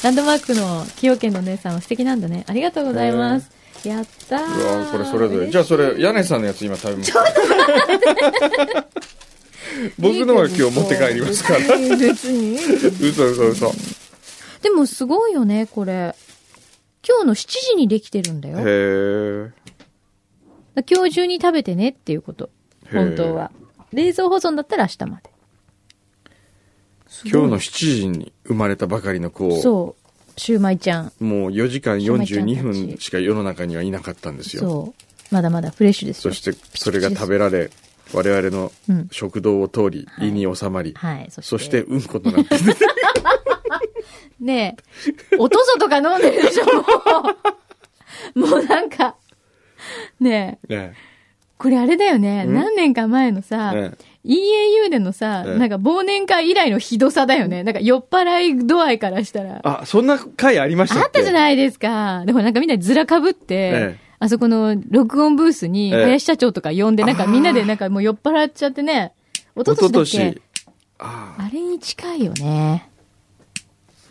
Speaker 2: 敵。ランドマークの崎陽軒のお姉さんは素敵なんだね。ありがとうございます。やった
Speaker 1: うわ
Speaker 2: ー。
Speaker 1: ーこれそれぞれ。じゃあそれ、柳井さんのやつ今食べます。 [laughs] 僕のは今日持って帰りますから。
Speaker 2: 嬉しい [laughs] 別に。
Speaker 1: 嘘嘘嘘。
Speaker 2: でもすごいよね、これ。今日の7時にできてるんだよ。だか
Speaker 1: へ
Speaker 2: ら今日中に食べてねっていうこと。
Speaker 1: へー
Speaker 2: 本当は。冷蔵保存だったら明日まで。
Speaker 1: 今日の7時に生まれたばかりの子を、
Speaker 2: そう。シューマイちゃん。
Speaker 1: もう4時間42
Speaker 2: シュウマイちゃんた
Speaker 1: 分
Speaker 2: ち
Speaker 1: しか世の中にはいなかったんですよ。
Speaker 2: そう。まだまだフレッシュです
Speaker 1: そ
Speaker 2: よ。
Speaker 1: してそれが食べられ、我々の
Speaker 2: うん
Speaker 1: 食堂を通り、胃に収まり、
Speaker 2: はい。そして。
Speaker 1: そしてうんことなって、 [laughs]
Speaker 2: ねえ、おとそとか飲んでるでしょ、もう。もうなんか。ねえ、
Speaker 1: ね
Speaker 2: これあれだよね。
Speaker 1: ん
Speaker 2: 何年か前のさ、
Speaker 1: ええ
Speaker 2: EAU でのさ、
Speaker 1: ええ
Speaker 2: なんか忘年会以来のひどさだよね。なんか酔っ払い度合いからしたら。あ
Speaker 1: あ、そんな回ありましたっけ
Speaker 2: ったじゃ
Speaker 1: い
Speaker 2: ないですか。でもなんかみんなずらかぶって、
Speaker 1: ええ
Speaker 2: あそこの録音ブースに
Speaker 1: ええ
Speaker 2: 林社長とか呼んで、なんかみんなでなんかもう酔っ払っちゃってね。おと
Speaker 1: 一
Speaker 2: と
Speaker 1: 昨
Speaker 2: しだっけ
Speaker 1: 年。ああ、
Speaker 2: あれに近いよね。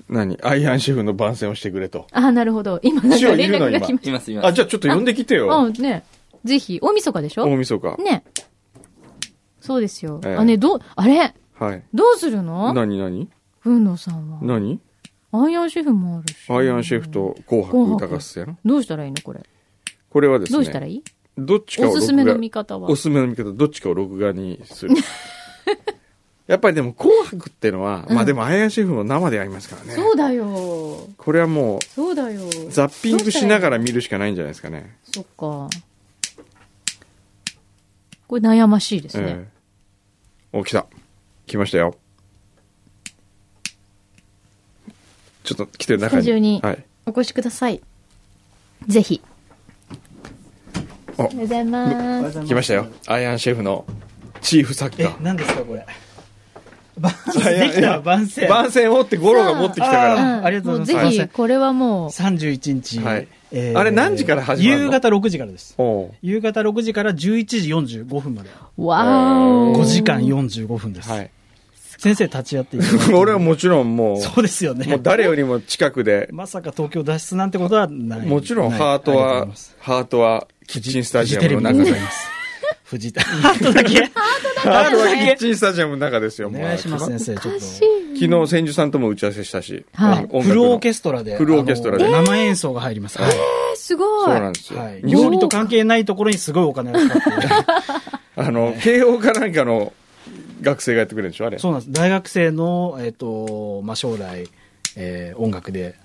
Speaker 1: 何アイアンシェフの番宣をしてくれと。
Speaker 2: あ、なるほど。今なんか連
Speaker 1: 塩いるの
Speaker 2: 絡が来まし
Speaker 3: います、いま
Speaker 1: あ、
Speaker 3: す。
Speaker 1: じゃあちょっと呼んでき
Speaker 2: た。
Speaker 1: てよ。
Speaker 2: あ、ね。ぜひ、大晦日でしょ
Speaker 1: 大晦日。
Speaker 2: ね。そうですよ。
Speaker 1: ええ
Speaker 2: あ、ね、どう、あれ
Speaker 1: はい。
Speaker 2: どうするの
Speaker 1: 何何
Speaker 2: ふんのさんは。
Speaker 1: 何
Speaker 2: アイアンシェフもあるし。
Speaker 1: アイアンシェフと紅白歌合戦やな
Speaker 2: どうしたらいいのこれ。
Speaker 1: これはですね
Speaker 2: どうしたらいい
Speaker 1: どっちかを
Speaker 2: お
Speaker 1: 録画
Speaker 2: すすめの見方は
Speaker 1: お。すすめの見方どっちかを録画にする [laughs] やっぱりでも「紅白」ってのは、
Speaker 2: うん
Speaker 1: まあでもアイアンシェフも生でやりますからね
Speaker 2: そうだよ。
Speaker 1: これはも
Speaker 2: そうだよ。
Speaker 1: うザッピングしながら
Speaker 2: どう
Speaker 1: 見るしかないんじゃないですかね
Speaker 2: したらいい。そっか。これ悩ましいですね。
Speaker 1: ええお来た来ましたよちょっと来てる中
Speaker 2: スタ
Speaker 1: に
Speaker 2: ジオに
Speaker 1: はい、
Speaker 2: お越しください。ぜひ。お
Speaker 1: あ
Speaker 2: はようございます。
Speaker 1: 来ましたよアイアンシェフのチーフ作
Speaker 3: え
Speaker 1: 家、
Speaker 3: 何ですかこ
Speaker 1: [laughs]
Speaker 3: れ。番宣できた番宣。
Speaker 1: 番宣をってゴロが持ってきたから
Speaker 3: あありがとうございます
Speaker 2: もぜひ、これはもう、
Speaker 3: 三十一日。
Speaker 1: はい
Speaker 3: え
Speaker 1: あれ何時から始まるの
Speaker 3: 夕方六時からです。
Speaker 1: おう
Speaker 3: 夕方六時から十一時四十五分まで。
Speaker 2: わーお。
Speaker 3: 五時間四十五分です。
Speaker 1: はい [laughs]
Speaker 3: 先生立ち会っていただいて
Speaker 1: 俺はもちろんもう
Speaker 3: そうですよ
Speaker 1: も
Speaker 3: ね
Speaker 1: う。誰よりも近くで
Speaker 3: まさか東京脱出なんてことはない。
Speaker 1: もちろん
Speaker 3: ない
Speaker 1: ハート
Speaker 3: ありがとうござ
Speaker 1: はい
Speaker 3: ます、
Speaker 1: ハートはキッチンスタ
Speaker 3: フ
Speaker 1: ジ
Speaker 3: ジ
Speaker 1: ア
Speaker 3: テレ
Speaker 1: ムの
Speaker 3: ビで
Speaker 1: 中
Speaker 3: ござ
Speaker 1: で
Speaker 3: い。ます。フジテ
Speaker 1: [laughs]
Speaker 3: ハートだけ。
Speaker 1: ハートはキッチンスタジアムの中ですよ。
Speaker 3: お願いします
Speaker 1: もう
Speaker 3: 先生ちょっと。
Speaker 1: 昨日、千住さんとも打ち合わせしたし、
Speaker 2: はい
Speaker 1: 音楽
Speaker 3: フ
Speaker 1: の
Speaker 3: ルオーケストラで。
Speaker 1: フルオーケストラで
Speaker 3: あの生演奏が入ります。はい
Speaker 2: えーすごい。
Speaker 1: そうなんですよ。
Speaker 3: はい。
Speaker 1: 日本
Speaker 3: 料理と関係ないところにすごいお金がかかっ
Speaker 1: [laughs]
Speaker 3: てる。
Speaker 1: あの、慶応かなんかの学生がやってくれるんでしょ、あれ。
Speaker 3: そうなんです。大学生の、えっ、と、まあ、将来、えー音楽で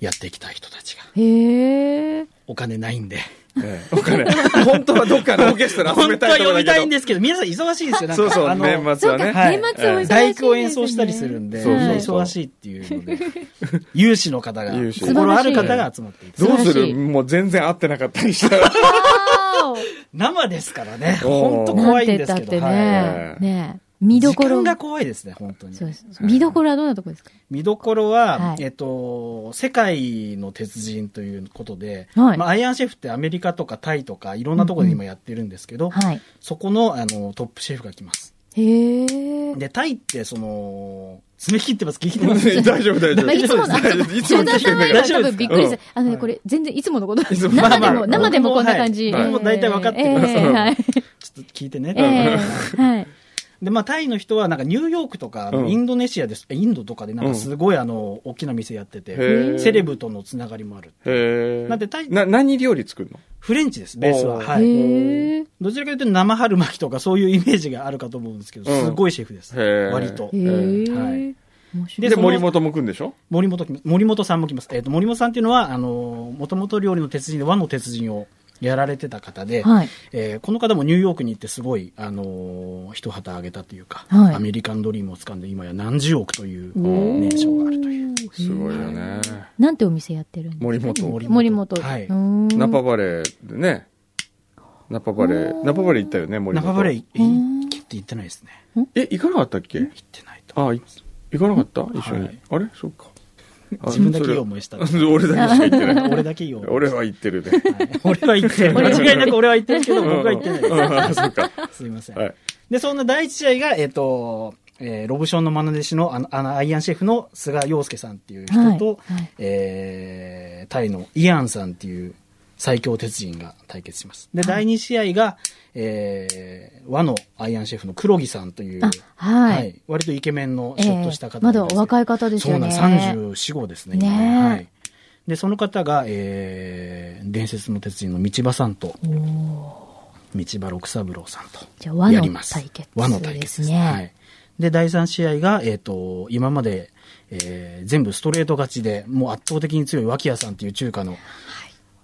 Speaker 3: やっていきたい人たちが、
Speaker 2: へえ。
Speaker 3: お金ないんで。
Speaker 1: ええお金。本当はどっかのオーケストラ集め
Speaker 3: 本当
Speaker 1: た
Speaker 3: はい
Speaker 1: とこ
Speaker 3: 呼
Speaker 1: ろ
Speaker 3: びたい
Speaker 1: だ
Speaker 3: ん
Speaker 1: け
Speaker 3: ですけど、皆さん忙しいんです
Speaker 1: ど。
Speaker 3: よ。なん
Speaker 1: そう
Speaker 3: か
Speaker 1: そう、
Speaker 3: あの
Speaker 1: 年末
Speaker 2: そう
Speaker 1: は
Speaker 2: か、
Speaker 1: ね。
Speaker 3: はい
Speaker 2: 年末お忙しいですね。
Speaker 3: 大工を演奏したりするんで、
Speaker 1: そう
Speaker 2: そうそう
Speaker 3: 忙しいっていうので、有志の方が、
Speaker 1: 有志
Speaker 3: 心ある方が集まっていて
Speaker 2: 素晴
Speaker 1: どう
Speaker 2: らしい
Speaker 1: するもう全然会ってなかったりしたら。
Speaker 2: わー
Speaker 3: 生ですからね、
Speaker 1: おー
Speaker 3: 本当
Speaker 2: お
Speaker 3: 怖いんですけ
Speaker 2: なん
Speaker 3: ど
Speaker 2: て、だ
Speaker 3: は
Speaker 2: ってね。ねえ見
Speaker 3: い。
Speaker 2: ど
Speaker 3: 時
Speaker 2: ころ
Speaker 3: 間。が怖いですね、本当に。
Speaker 2: そうです。見どころはどんなとこですか
Speaker 3: 見どころは、
Speaker 2: はい
Speaker 3: えっと、世界の鉄人ということで、
Speaker 2: はい
Speaker 3: まあ、アイアンシェフってアメリカとかタイとかいろんなところで今やってるんですけど、
Speaker 2: はい。
Speaker 3: そこのあのトップシェフが来ます。
Speaker 2: へえ。
Speaker 3: で、タイってその、爪切ってます、聞いてま
Speaker 1: 大
Speaker 3: す。
Speaker 1: 丈夫、大丈
Speaker 2: まあ、
Speaker 1: 夫。
Speaker 2: いつもの、あ
Speaker 1: 大丈夫いつも
Speaker 2: [laughs] 中田
Speaker 1: 来て
Speaker 2: さん
Speaker 1: ん
Speaker 2: は
Speaker 1: だ
Speaker 2: 今多
Speaker 1: から
Speaker 3: 大。丈夫ですか
Speaker 2: 分びっくりした。あのね、
Speaker 3: はい
Speaker 2: これ、全然いつものこと。
Speaker 1: い
Speaker 2: 生
Speaker 1: つもの
Speaker 2: で
Speaker 3: まあま
Speaker 2: も、
Speaker 3: あ
Speaker 2: 生でもこんな感じ。
Speaker 1: 僕もはい
Speaker 3: 僕も大体分かって
Speaker 2: ま
Speaker 3: ますす
Speaker 2: はい。
Speaker 3: ちょっと聞いてね。
Speaker 2: ええはい。
Speaker 3: で、まあ、タイの人はなんかニューヨークとか、あの
Speaker 1: うん
Speaker 3: インドネシアです、インドとかでなんかすごいあの、大きな店やってて、
Speaker 1: へえ
Speaker 3: セレブとのつながりもある。
Speaker 1: へえ。
Speaker 3: なんでタイ
Speaker 1: な、何料理作るの
Speaker 3: フレンチです、ベースは。
Speaker 1: おー
Speaker 3: はい。
Speaker 2: へえ。
Speaker 3: どちらかというと生春巻きとかそういうイメージがあるかと思うんですけど、
Speaker 1: うん
Speaker 3: すごいシェフです。
Speaker 1: へー
Speaker 3: 割と
Speaker 2: へ。え。
Speaker 3: はい
Speaker 2: 面白い
Speaker 1: で、
Speaker 3: でその
Speaker 1: 森本も来るんでしょ
Speaker 3: 森本きま、森本さんも来ます。えっ、と、森本さんっていうのは、あの、もともと料理の鉄人で和の鉄人をやられてた方で、
Speaker 2: はい。
Speaker 3: えーこの方もニューヨークに行ってすごい、あのー一旗あげたというか、
Speaker 2: はい
Speaker 3: アメリカンドリームを掴んで今や何十億という
Speaker 1: お
Speaker 3: 年商があるという。
Speaker 2: いう。
Speaker 1: すごいよね。
Speaker 2: なんてお店やってるんですか
Speaker 1: 森本。
Speaker 2: 森本。
Speaker 3: はいう
Speaker 2: ー。ん
Speaker 1: ナパバレーでね。ナパバレー。ナパバレー行ったよね、森
Speaker 3: ナ
Speaker 1: 本。
Speaker 3: パバレー、
Speaker 2: う
Speaker 3: い
Speaker 2: ん
Speaker 3: 切って行ってないですね。
Speaker 1: え、行かなかったっけ
Speaker 3: 行ってないと。
Speaker 1: あ、い行かなかった一緒
Speaker 3: は
Speaker 1: に
Speaker 3: い。
Speaker 1: あれそっか。あ
Speaker 3: [laughs] 自分だけいい思いした。
Speaker 1: それ [laughs] 俺だけしか行ってない。
Speaker 3: [laughs] 俺だけよ。
Speaker 1: 俺は行ってるで。
Speaker 3: はい俺は言ってる。間違いなく俺は言ってるけど、 [laughs] 僕は言っ
Speaker 1: [laughs]
Speaker 3: てないで
Speaker 1: ない。そっか。
Speaker 3: [laughs] す。すいません。
Speaker 1: はい。
Speaker 3: で、そんな第一試合が、えっ、と、えーロブションの愛弟子の、あの、あのアイアンシェフの菅洋介さんっていう人と、
Speaker 2: はいはい
Speaker 3: えータイのイアンさんっていう最強鉄人が対決します。で、第二試合が、えー和のアイアンシェフの黒木さんという、
Speaker 2: あ、はい。
Speaker 3: 割とイケメンのショッとした方
Speaker 2: ええまだお若い
Speaker 3: 方
Speaker 2: 方ですよね。
Speaker 3: そうなんです。34、号ですね。今
Speaker 2: ねえ
Speaker 3: はい。で、その方が、えー伝説の鉄人の道場さんと、道場六三郎さんと。
Speaker 2: じゃあ、和
Speaker 3: や
Speaker 2: の
Speaker 3: ります
Speaker 2: 対決
Speaker 3: 和の対
Speaker 2: で
Speaker 3: 決
Speaker 2: す
Speaker 3: ですね。は
Speaker 2: ね。
Speaker 3: い、で、第3試合が、えっ、と、今まで、えー全部ストレート勝ちで、もう圧倒的に強い脇屋さんっていう中華の、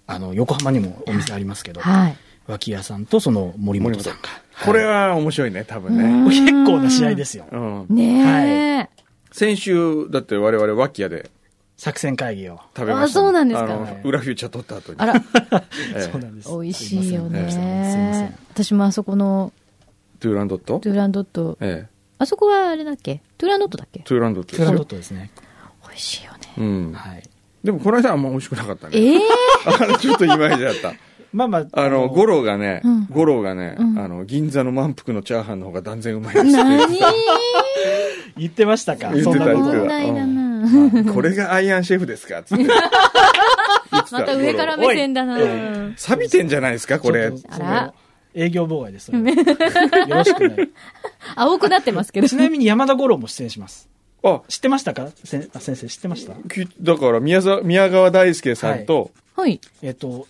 Speaker 3: あの、横浜にもお店ありますけど、
Speaker 2: はい。
Speaker 3: 脇屋さんとその森本さんが。
Speaker 1: これは面白いね、多分
Speaker 2: うん
Speaker 1: ね。
Speaker 3: 結構な試合ですよ。
Speaker 1: うん。
Speaker 2: ね
Speaker 1: 先週、だって我々、ワキヤで
Speaker 3: 作戦会議を。
Speaker 1: 食べました
Speaker 2: あ
Speaker 1: も。
Speaker 2: そうなんですか
Speaker 1: あの裏フューチャー撮った後に
Speaker 2: え。。あ
Speaker 3: [laughs]
Speaker 2: ら、
Speaker 1: ええ
Speaker 3: そうなんです。
Speaker 2: 美味しいよ
Speaker 3: すいませんすいません
Speaker 2: ね。。私もあそこの、
Speaker 1: トゥーランドット
Speaker 2: トゥーランドット、
Speaker 1: え
Speaker 2: あそこはあれだっけトゥーランドットだっけ
Speaker 1: え。トゥーランドット
Speaker 3: ク
Speaker 1: で
Speaker 3: ラ
Speaker 1: す
Speaker 3: ンドッ
Speaker 1: よ。
Speaker 3: トですね。
Speaker 2: 美味しいよね。
Speaker 1: うん。
Speaker 3: はい。
Speaker 1: でもこの間あんま美味しくなかったね。
Speaker 2: ええ
Speaker 1: [laughs] あのちょっといまいちだった。
Speaker 3: まあまあ、
Speaker 1: あの、五郎がね
Speaker 2: うん、
Speaker 1: 五郎がね、あ
Speaker 2: うん
Speaker 1: の、銀座の満腹のチャーハンの方が断然うまいですって
Speaker 2: 何
Speaker 3: 言ってました
Speaker 1: 言
Speaker 3: か
Speaker 1: ってた
Speaker 3: そんなこと
Speaker 1: 言って
Speaker 2: 問
Speaker 1: た
Speaker 2: 題だな。
Speaker 1: これがアイアンシェフですかつって。
Speaker 2: また上から
Speaker 1: 五
Speaker 2: 目線だな。
Speaker 3: おいえ
Speaker 1: 郎錆びてんじゃない
Speaker 3: [laughs]
Speaker 1: ですかこれ
Speaker 3: ちょっ。と
Speaker 2: あら
Speaker 3: その営業妨害
Speaker 2: [laughs]
Speaker 3: です。それはよろしくない。
Speaker 2: 青くなってますけど。
Speaker 3: ちなみに山田五郎も出演します。
Speaker 1: あ
Speaker 3: 知ってましたかせんあ先生、知ってました
Speaker 1: きだから宮沢宮川大輔さんと、
Speaker 2: はい。
Speaker 3: えっと、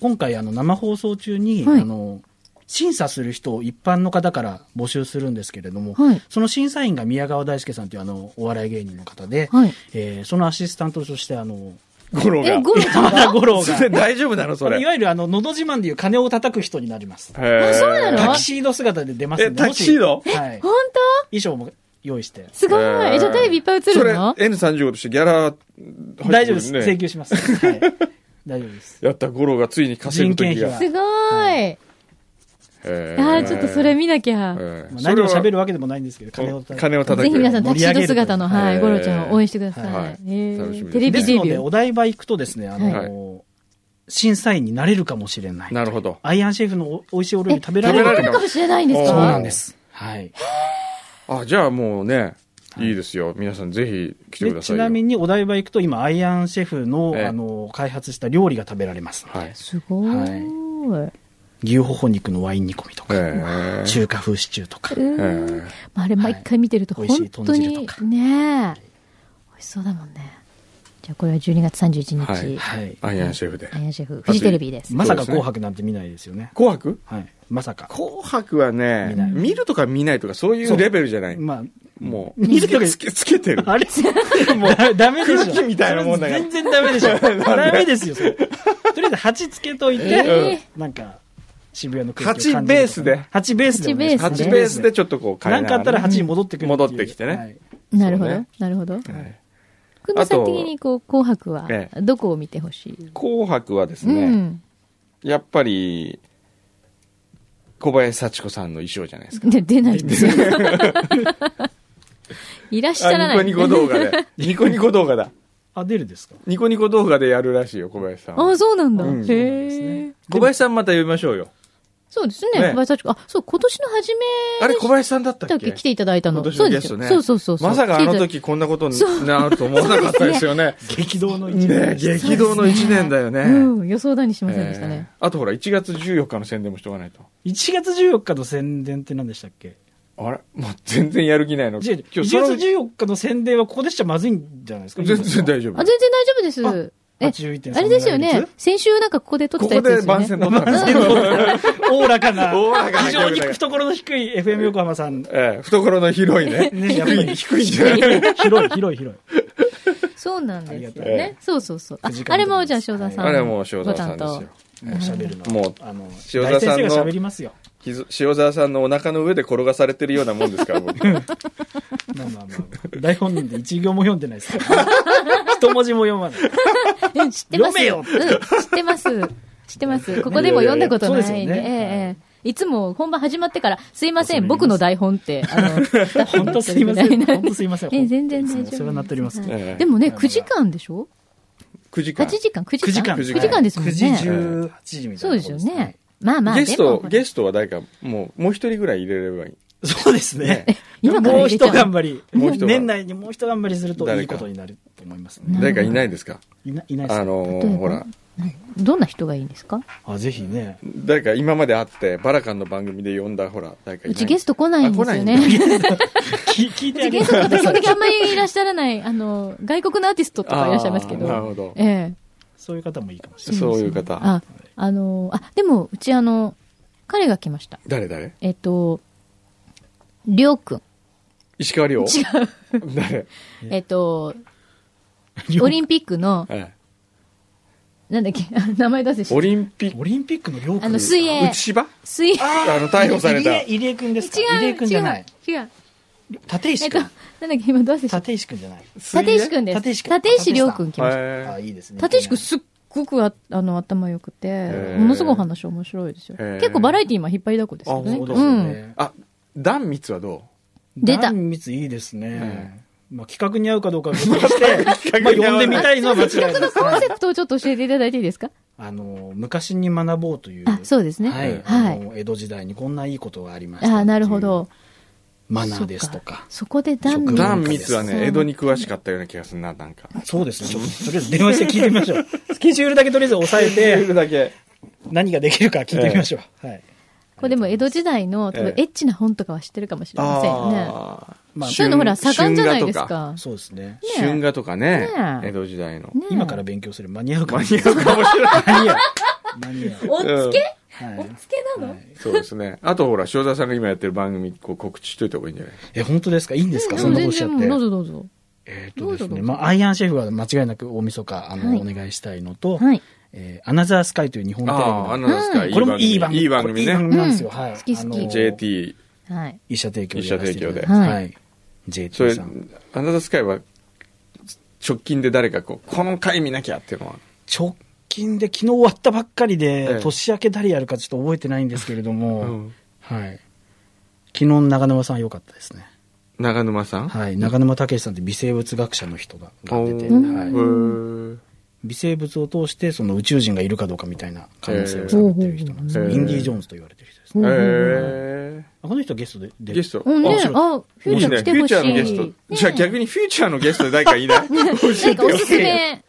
Speaker 3: 今回あの生放送中に、
Speaker 2: はい
Speaker 3: あの、審査する人を一般の方から募集するんですけれども、
Speaker 2: はい
Speaker 3: その審査員が宮川大輔さんというあの、お笑い芸人の方で、
Speaker 2: はい
Speaker 3: えーそのアシスタントとしてあの、
Speaker 1: 五郎
Speaker 2: え、
Speaker 1: が
Speaker 2: ゴロちゃん
Speaker 3: 山 [laughs] 田五
Speaker 2: [laughs]
Speaker 3: 郎が
Speaker 1: そ、れ大丈夫なのそ
Speaker 3: い
Speaker 1: れ
Speaker 3: わゆるあの、のど自慢でいう鐘を叩く人になります。
Speaker 1: へー
Speaker 2: そうなの
Speaker 3: タキシード姿で出ますんで
Speaker 1: え
Speaker 3: もし
Speaker 1: タキシード
Speaker 3: はい。
Speaker 2: 本
Speaker 3: 衣装も用意して
Speaker 2: 当。すごい。
Speaker 1: へー
Speaker 2: え、じゃあテレビいっぱい映るの
Speaker 1: それ N35 としてギャラ入ってくるね、
Speaker 3: 大丈夫です。請求します。はい。大丈夫です。
Speaker 1: やった五郎がついに稼ぐ時が
Speaker 3: 人件
Speaker 2: すごい。
Speaker 1: へー
Speaker 2: ああ、ちょっとそれ見なきゃ。
Speaker 1: へー
Speaker 3: まあ何を
Speaker 1: そ
Speaker 3: 喋
Speaker 1: れ
Speaker 3: るわけでもないんですけど、鐘を
Speaker 1: は
Speaker 3: 叩く。
Speaker 1: 金を叩く
Speaker 2: ぜひ皆さん、タキシード姿の、
Speaker 3: 盛
Speaker 1: り上げ
Speaker 2: はい、
Speaker 1: る
Speaker 2: ゴロちゃんを応援してください。
Speaker 1: はい
Speaker 2: えー
Speaker 1: 楽しみです
Speaker 2: テレビ
Speaker 3: です
Speaker 2: デ
Speaker 3: の
Speaker 2: ビ
Speaker 3: で、
Speaker 2: ュ
Speaker 3: お
Speaker 2: ー。
Speaker 3: 台場行くとですね、あの、審査員になれるかもしれない。
Speaker 1: なるほど
Speaker 3: アイアンシェフのお美味しいお料
Speaker 2: え、
Speaker 3: 理食べられ
Speaker 1: 食べられ
Speaker 3: る
Speaker 1: る
Speaker 2: かもしれないんですか
Speaker 1: そ
Speaker 3: そうう
Speaker 1: な
Speaker 3: なんん
Speaker 1: で
Speaker 3: です。はい。
Speaker 1: あじゃあもうねいいですよ皆さんぜひ来てく
Speaker 3: で
Speaker 1: ださ
Speaker 3: ち
Speaker 1: いよ
Speaker 3: なみにお台場行くと今、アイアンシェフの、
Speaker 1: ええ
Speaker 3: あの、開発した料理が食べられます。
Speaker 1: はい
Speaker 2: すごい。
Speaker 3: はいう牛ほほ肉のワイン煮込みと
Speaker 1: へ
Speaker 3: か、
Speaker 1: ー
Speaker 3: 中華風シチューとか。
Speaker 1: へ
Speaker 2: ーん。
Speaker 1: ー
Speaker 2: まあ、あれ毎回見てると
Speaker 3: はい
Speaker 2: 本当
Speaker 3: 美味し
Speaker 2: に
Speaker 3: い豚汁とか
Speaker 2: ねえ美味しそうだもんねじゃあこれは12月31日、
Speaker 1: はい
Speaker 3: はい。
Speaker 1: アイアンシェフで
Speaker 2: アイアンシェフフジテレビです
Speaker 3: まさか
Speaker 1: そうですね
Speaker 3: 紅白なんて見ないですよね。
Speaker 1: 紅白
Speaker 3: はい。まさか。
Speaker 1: 紅白はね
Speaker 3: 見ない
Speaker 1: 見るとか見ないとかそうい
Speaker 3: そうう
Speaker 1: レベルじゃない
Speaker 3: ま
Speaker 1: もう
Speaker 3: 見るとか
Speaker 1: つけつけてる
Speaker 3: あ、あれ [laughs] もうダダメでし
Speaker 1: 空気
Speaker 3: ょ。
Speaker 1: みたいなもんだから
Speaker 3: 全然ダメでしょ。ダメですよ、それ。とりあえず鉢つけといて、
Speaker 2: え
Speaker 3: なんか、渋谷の空気を感
Speaker 1: 鉢
Speaker 3: じるとか
Speaker 1: ベースで
Speaker 3: 鉢ベースでお願いします。
Speaker 1: 8ベースでちょっとこう変え
Speaker 3: なんかあったら鉢に戻ってくるいう
Speaker 1: 戻ってきてね
Speaker 3: はい
Speaker 2: なるほど、
Speaker 1: そうね
Speaker 2: なるほど
Speaker 1: はい
Speaker 2: 久野さん
Speaker 1: あと
Speaker 2: 的にこう紅白は
Speaker 1: え
Speaker 2: どこを見てほしい、
Speaker 1: 紅白はです
Speaker 2: う
Speaker 1: ね、
Speaker 2: ん
Speaker 1: やっぱり小林幸子さんの衣装じゃないですか
Speaker 2: で出ないんです [laughs] よいらっしゃらな
Speaker 1: あ
Speaker 2: い
Speaker 1: ニコニコ動
Speaker 2: [laughs]
Speaker 1: 画でニコニコ動画だ
Speaker 3: あ、出るですか
Speaker 1: ニコニコ動画でやるらしいよ小林さんは
Speaker 2: あそうなんだ、
Speaker 1: うん
Speaker 2: へえ、
Speaker 1: 小林さんまた呼びましょうよ
Speaker 2: そうですね
Speaker 1: ね
Speaker 2: 小林幸子あそう今年の初め
Speaker 1: あれ小林さんだった
Speaker 2: だ
Speaker 1: っ
Speaker 2: っ
Speaker 1: け
Speaker 2: け来ていただいた
Speaker 1: 今
Speaker 2: の
Speaker 1: 年
Speaker 2: そ
Speaker 1: の
Speaker 2: うで
Speaker 1: ゲ
Speaker 2: す
Speaker 1: スト
Speaker 2: よ
Speaker 1: ね
Speaker 2: そうそうそうそう
Speaker 1: まさかあの
Speaker 2: 来てい
Speaker 1: 時こんなことに
Speaker 2: そう
Speaker 1: なると思わなかったです
Speaker 2: [laughs]
Speaker 1: よね
Speaker 3: 激動の一
Speaker 1: ね
Speaker 3: 年です。
Speaker 1: 激動の1年だよね
Speaker 2: ただいたうん予想だにしませんでした
Speaker 1: えー
Speaker 2: ね、
Speaker 1: あとほら1月14日の宣伝もしておかないと
Speaker 3: 1月14日の宣伝って何でしたっけ
Speaker 1: あれ [laughs] もう全然やる気ないの
Speaker 3: じゃあ1
Speaker 1: 今
Speaker 3: 月
Speaker 1: 日その
Speaker 3: 14日の宣伝はここでしちゃまずいんじゃないですか
Speaker 1: 全然大丈
Speaker 2: あ、
Speaker 1: 夫
Speaker 2: 全然大丈夫です。え、
Speaker 3: 81.3
Speaker 2: あれですよね
Speaker 3: 倍。
Speaker 2: 先週なんかここで撮って
Speaker 1: こ
Speaker 2: たや
Speaker 1: こ
Speaker 2: つで
Speaker 1: です
Speaker 2: よ
Speaker 1: 番
Speaker 2: ね。
Speaker 1: 宣取ったんです
Speaker 3: おおらかな、
Speaker 1: おおらかな
Speaker 3: 非常に懐の低い FM 横浜さん。
Speaker 1: [laughs] ええ懐の広
Speaker 2: [laughs]
Speaker 1: いね
Speaker 3: ね、やっぱり
Speaker 1: 低いんじゃない
Speaker 3: 広い、広い、広い。
Speaker 2: そうなんですよ
Speaker 1: ありがと
Speaker 2: ね。そうそうそう。あ
Speaker 3: 時間で
Speaker 2: あれもじゃあ正座さん。
Speaker 1: あれはもう塩沢さんで
Speaker 2: ご
Speaker 1: す
Speaker 2: 担
Speaker 1: よ
Speaker 3: もう喋るのは。
Speaker 1: もう
Speaker 3: あの、
Speaker 1: 塩沢
Speaker 3: 大
Speaker 1: さん
Speaker 3: 先生
Speaker 1: の
Speaker 3: が喋りますよ。
Speaker 1: ひず塩沢さんのお腹の上で転がされてるようなもんです [laughs] から僕
Speaker 3: まあまあまあ。台本で一行も読んでないですから。一文字も読まない。
Speaker 2: 当うん知ってます。
Speaker 3: 読
Speaker 2: うん知ってます。知ってます。ここでも読んだことない
Speaker 3: いやいやい
Speaker 2: ん
Speaker 3: や
Speaker 2: で。え
Speaker 3: そうですよね
Speaker 2: えええいつも本番始まってから、すいません、僕の台本って、あの、スタッフ
Speaker 3: [laughs]
Speaker 2: に
Speaker 3: 本当
Speaker 2: 言って
Speaker 3: すい
Speaker 2: る
Speaker 3: ま
Speaker 2: [laughs] み
Speaker 3: せ
Speaker 2: たい
Speaker 3: ん。
Speaker 2: な
Speaker 3: 本当すいません。
Speaker 2: ええ全然大
Speaker 3: いつも
Speaker 2: 丈夫
Speaker 3: お世話になっております
Speaker 2: は。い
Speaker 1: ええ
Speaker 2: でもね、9時間でしょ
Speaker 1: 9時間
Speaker 2: ?8 時間 ?9 時
Speaker 3: 9時
Speaker 2: 間
Speaker 3: 間。
Speaker 2: 9時間ですもん
Speaker 3: 9時
Speaker 2: ね。
Speaker 3: 18時みたいな。
Speaker 2: そうですよね。。まあまあ、
Speaker 1: ゲスト
Speaker 2: でも
Speaker 1: ゲストは誰かもうもう一人ぐらい入れればいい
Speaker 3: そうですね
Speaker 1: ね。
Speaker 2: 今から
Speaker 3: も
Speaker 2: 入
Speaker 3: う
Speaker 2: れちゃ
Speaker 3: 一
Speaker 2: う
Speaker 3: 頑張り。
Speaker 1: もう一頑張り
Speaker 3: 年内にもう一頑張りするといいことになると思いますね。
Speaker 1: 誰かいないですか
Speaker 3: いないないです
Speaker 1: あ
Speaker 3: か
Speaker 1: の
Speaker 2: 例え
Speaker 1: ー
Speaker 2: ば
Speaker 1: ほら
Speaker 2: どんな人がいいんですか
Speaker 3: あ、ぜひね。
Speaker 1: 誰か今まで会ってバラカンの番組で呼んだほら誰かいないう
Speaker 2: ちゲスト来ないんですよね
Speaker 1: あ。
Speaker 2: [laughs]
Speaker 1: 来
Speaker 3: き聞いてあげ
Speaker 2: ゲ
Speaker 3: る
Speaker 2: ストの方、そんだけあんまりいらっしゃらない、あの、外国のアーティストとかいらっしゃいますけど。
Speaker 1: あーなるほど
Speaker 2: ええ
Speaker 3: そういう方もいいかもしれ
Speaker 1: そういう方
Speaker 2: あ、あの、あ、でも、うちあの、彼が来ました。
Speaker 1: 誰誰
Speaker 2: えっと、りょうくん。
Speaker 1: 石川遼違う誰
Speaker 2: えっと、
Speaker 3: ない。
Speaker 2: オリンピックの、
Speaker 1: え
Speaker 2: なんだっけ、 [laughs] あ名前出せ
Speaker 1: えオリンピッ
Speaker 3: オリンピックの両
Speaker 2: あの、水
Speaker 1: ク
Speaker 2: 泳
Speaker 1: 内。芝
Speaker 2: 水泳。
Speaker 1: あの逮捕された
Speaker 3: 入江入江君ですか入江
Speaker 2: 違う、
Speaker 3: 君じ
Speaker 2: 違
Speaker 3: ゃな
Speaker 2: う
Speaker 3: い。、
Speaker 2: 違う。
Speaker 3: 立石
Speaker 2: えっと、
Speaker 3: 君
Speaker 2: なんだっけ、 [laughs] 今どうせした
Speaker 3: 立石君じゃない。
Speaker 2: 立石くんです。
Speaker 3: 立石くん
Speaker 2: 立石りょうくん来ました。
Speaker 1: へ
Speaker 3: あ、
Speaker 1: え
Speaker 3: いいですね。
Speaker 2: 立石君すっごくああの頭良くて
Speaker 1: へー
Speaker 2: ものすごいお話面白いですよ
Speaker 1: へー
Speaker 2: 結構バラエティー今引っ張りだこですけどね
Speaker 1: あそうです
Speaker 3: よ
Speaker 2: ん、
Speaker 3: ね
Speaker 1: あ壇蜜はど
Speaker 2: 出た
Speaker 3: 壇蜜いいですね。まあ企画に合うかどうかは別
Speaker 1: [laughs]
Speaker 3: にして、まあ呼んでみたいのは間違いないです
Speaker 2: コン
Speaker 3: はい
Speaker 2: セ。プトをちょっと教えていただいていいですか
Speaker 3: あの、昔に学ぼうという。
Speaker 2: あそうですね
Speaker 3: はい。
Speaker 2: は
Speaker 3: あ
Speaker 2: い
Speaker 3: の江戸時代にこんないいことがありました。
Speaker 2: あなるほど。
Speaker 3: マナーですとか。
Speaker 2: そこでダン
Speaker 1: う
Speaker 3: うん
Speaker 1: 壇蜜は
Speaker 2: そう
Speaker 1: ね江戸に詳しかったような気がするななんか
Speaker 3: そうですね。ちょっと、とりあえず電話して聞いてみましょう。スケジュールだけとりあえず押さえ
Speaker 1: ルー
Speaker 3: て、
Speaker 1: ルだけ
Speaker 3: 何ができるか聞いてみましょう。はい。
Speaker 2: これでも江戸時代の多分エ
Speaker 1: ええ
Speaker 2: ッチな本とかは知ってるかもしれませんよね
Speaker 1: あー
Speaker 3: まあ、
Speaker 2: そういうのほら盛んじゃないです
Speaker 1: 春画
Speaker 2: か。
Speaker 3: そうですね。
Speaker 2: ね
Speaker 1: 春画とかね
Speaker 2: ねえ
Speaker 1: 江戸時代の
Speaker 2: ねえ
Speaker 3: 今から勉強する間に合うか
Speaker 1: 間
Speaker 3: も
Speaker 1: に合うかもしれない
Speaker 3: 間に合う。間に合う。
Speaker 2: おっつけ、
Speaker 3: は
Speaker 2: おっ
Speaker 3: い。
Speaker 2: つけなの、
Speaker 1: そうですねあとほら塩沢さんが今やってる番組こう告知しといた方がいいんじゃない
Speaker 3: え、本当ですかいいんですか
Speaker 2: で
Speaker 3: そん
Speaker 2: も
Speaker 3: なこ
Speaker 2: 全
Speaker 3: としちゃ
Speaker 2: 然
Speaker 3: っ
Speaker 2: もうどう
Speaker 3: て。
Speaker 2: ぞどうぞ。
Speaker 3: えっとです
Speaker 2: どうぞど
Speaker 3: ね、
Speaker 2: うぞ
Speaker 3: まあ、アイアンシェフは間違いなく大晦日、
Speaker 2: は
Speaker 3: あの、
Speaker 2: い
Speaker 3: お願いしたいのと、
Speaker 2: はい。
Speaker 3: えーアナザースカイという日本テレビ
Speaker 1: あああ
Speaker 3: の、
Speaker 1: なんですか、
Speaker 2: うん
Speaker 3: これもいい番組。
Speaker 1: いい番組
Speaker 3: これいい番
Speaker 1: ね
Speaker 3: 組なんですよ。はい。
Speaker 2: 好き好き
Speaker 3: あの
Speaker 1: JT
Speaker 2: はい。
Speaker 3: 一社提供で。
Speaker 1: 一社提供で
Speaker 2: は
Speaker 3: はいい。
Speaker 1: そ
Speaker 3: JT
Speaker 1: れ
Speaker 3: さん。
Speaker 1: 「アナザースカイ」は直近で誰かこうこの回見なきゃっていうのは
Speaker 3: 直近で昨日終わったばっかり
Speaker 1: ええ
Speaker 3: で、年明け誰やるかちょっと覚えてないんですけれど
Speaker 1: う
Speaker 3: も
Speaker 1: ん、
Speaker 3: はい。昨日の長沼さん良かったですね。
Speaker 1: 長沼さん
Speaker 3: はい。長沼武さんって微生物学者の人がが出て、
Speaker 1: お
Speaker 2: ー
Speaker 3: はい
Speaker 1: へー
Speaker 3: 微生物を通してその宇宙人がいるかどうかみたいな可能性を
Speaker 2: へ
Speaker 3: 探
Speaker 2: え
Speaker 3: っている人なんですよ、
Speaker 1: へえ
Speaker 3: インディ・ジョーンズと言われてる人です、ね
Speaker 2: うん
Speaker 1: へ
Speaker 3: あこの人ゲストでで
Speaker 1: ーゲスト
Speaker 2: うんね
Speaker 3: 面、白い
Speaker 2: あ、フュー
Speaker 1: いい
Speaker 2: チャ
Speaker 1: ね
Speaker 2: ー来
Speaker 1: フ
Speaker 2: て
Speaker 1: ュ
Speaker 2: ほ
Speaker 1: ー
Speaker 2: しい。
Speaker 1: チャーのゲストじゃあ逆にフューチャーのゲストで誰かいない
Speaker 2: なんかおすすめ。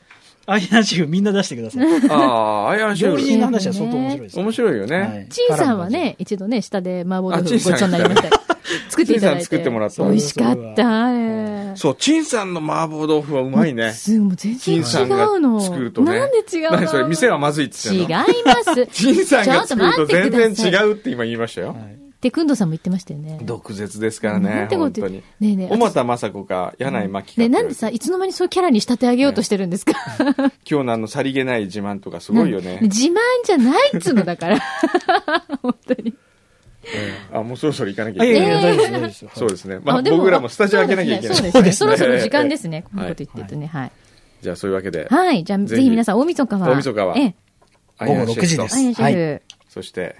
Speaker 3: アイアンシェフみんな出してください
Speaker 1: ああアイアンシェ
Speaker 3: 料
Speaker 1: フ
Speaker 3: 理人の話は相当面白いです、
Speaker 1: 面白いよね、
Speaker 3: はい
Speaker 2: ちいさんはね、一度ね、下で麻婆豆
Speaker 1: あち
Speaker 2: 腐
Speaker 1: いさん
Speaker 2: ごちそうになりましたよ。
Speaker 1: [laughs]
Speaker 2: 作っていただいて。
Speaker 1: ちいさん作ってもらった
Speaker 2: 美味しかった、あれ。
Speaker 1: そう、陳さんの麻婆豆腐はうまいね。
Speaker 2: すもう全然違
Speaker 1: 陳さんが
Speaker 2: うの。
Speaker 1: 作るとね。
Speaker 2: なんで違うの
Speaker 1: 何それ、店はまずいって
Speaker 2: 違
Speaker 1: 言
Speaker 2: い
Speaker 1: ってんの [laughs]
Speaker 2: ます。
Speaker 1: 陳さんが作ると
Speaker 2: ちょっと待って
Speaker 1: 全
Speaker 2: ください
Speaker 1: 然違うって今言いましたよ。
Speaker 2: って、くんどさんも言ってましたよね。
Speaker 1: 毒舌ですから
Speaker 2: な
Speaker 1: ね
Speaker 2: ん、てこ
Speaker 1: 本
Speaker 2: と
Speaker 1: 当
Speaker 2: 言っ
Speaker 1: に
Speaker 2: て。ねえねえ
Speaker 1: 小俣雅子か、柳井真紀か。
Speaker 2: ね、なんでさ、いつの間にそういうキャラに仕立て上げようとしてるんですか
Speaker 1: 今日のあの、さりげない自慢とかすごいよね
Speaker 2: なん。 [laughs] 自慢じゃないっつうのだから。 [laughs] 本当に。
Speaker 1: うんあ、もうそろそろ行かなきゃ
Speaker 3: あい
Speaker 1: い
Speaker 3: や
Speaker 1: けな
Speaker 3: い
Speaker 1: い。
Speaker 3: や大丈夫です大丈夫ですよ
Speaker 1: そうですね。まあ、
Speaker 2: でも
Speaker 1: 僕らもスタジオ開けなきゃいけない。
Speaker 2: そうですね。そ
Speaker 1: そう
Speaker 2: ろ
Speaker 1: ですね
Speaker 2: そろ時間ですね。こんな
Speaker 1: は
Speaker 2: こ
Speaker 1: い
Speaker 2: と言ってるとね。はい。
Speaker 1: じゃあ、そういうわけで、
Speaker 2: はい。じゃあ、
Speaker 1: ぜひ
Speaker 2: ぜひ皆さん、大晦日は。
Speaker 1: 大晦日は
Speaker 2: ええ。
Speaker 1: アイアン
Speaker 3: 午後
Speaker 1: シェフと
Speaker 3: 6時です
Speaker 2: アイアンシェフ。
Speaker 1: そして、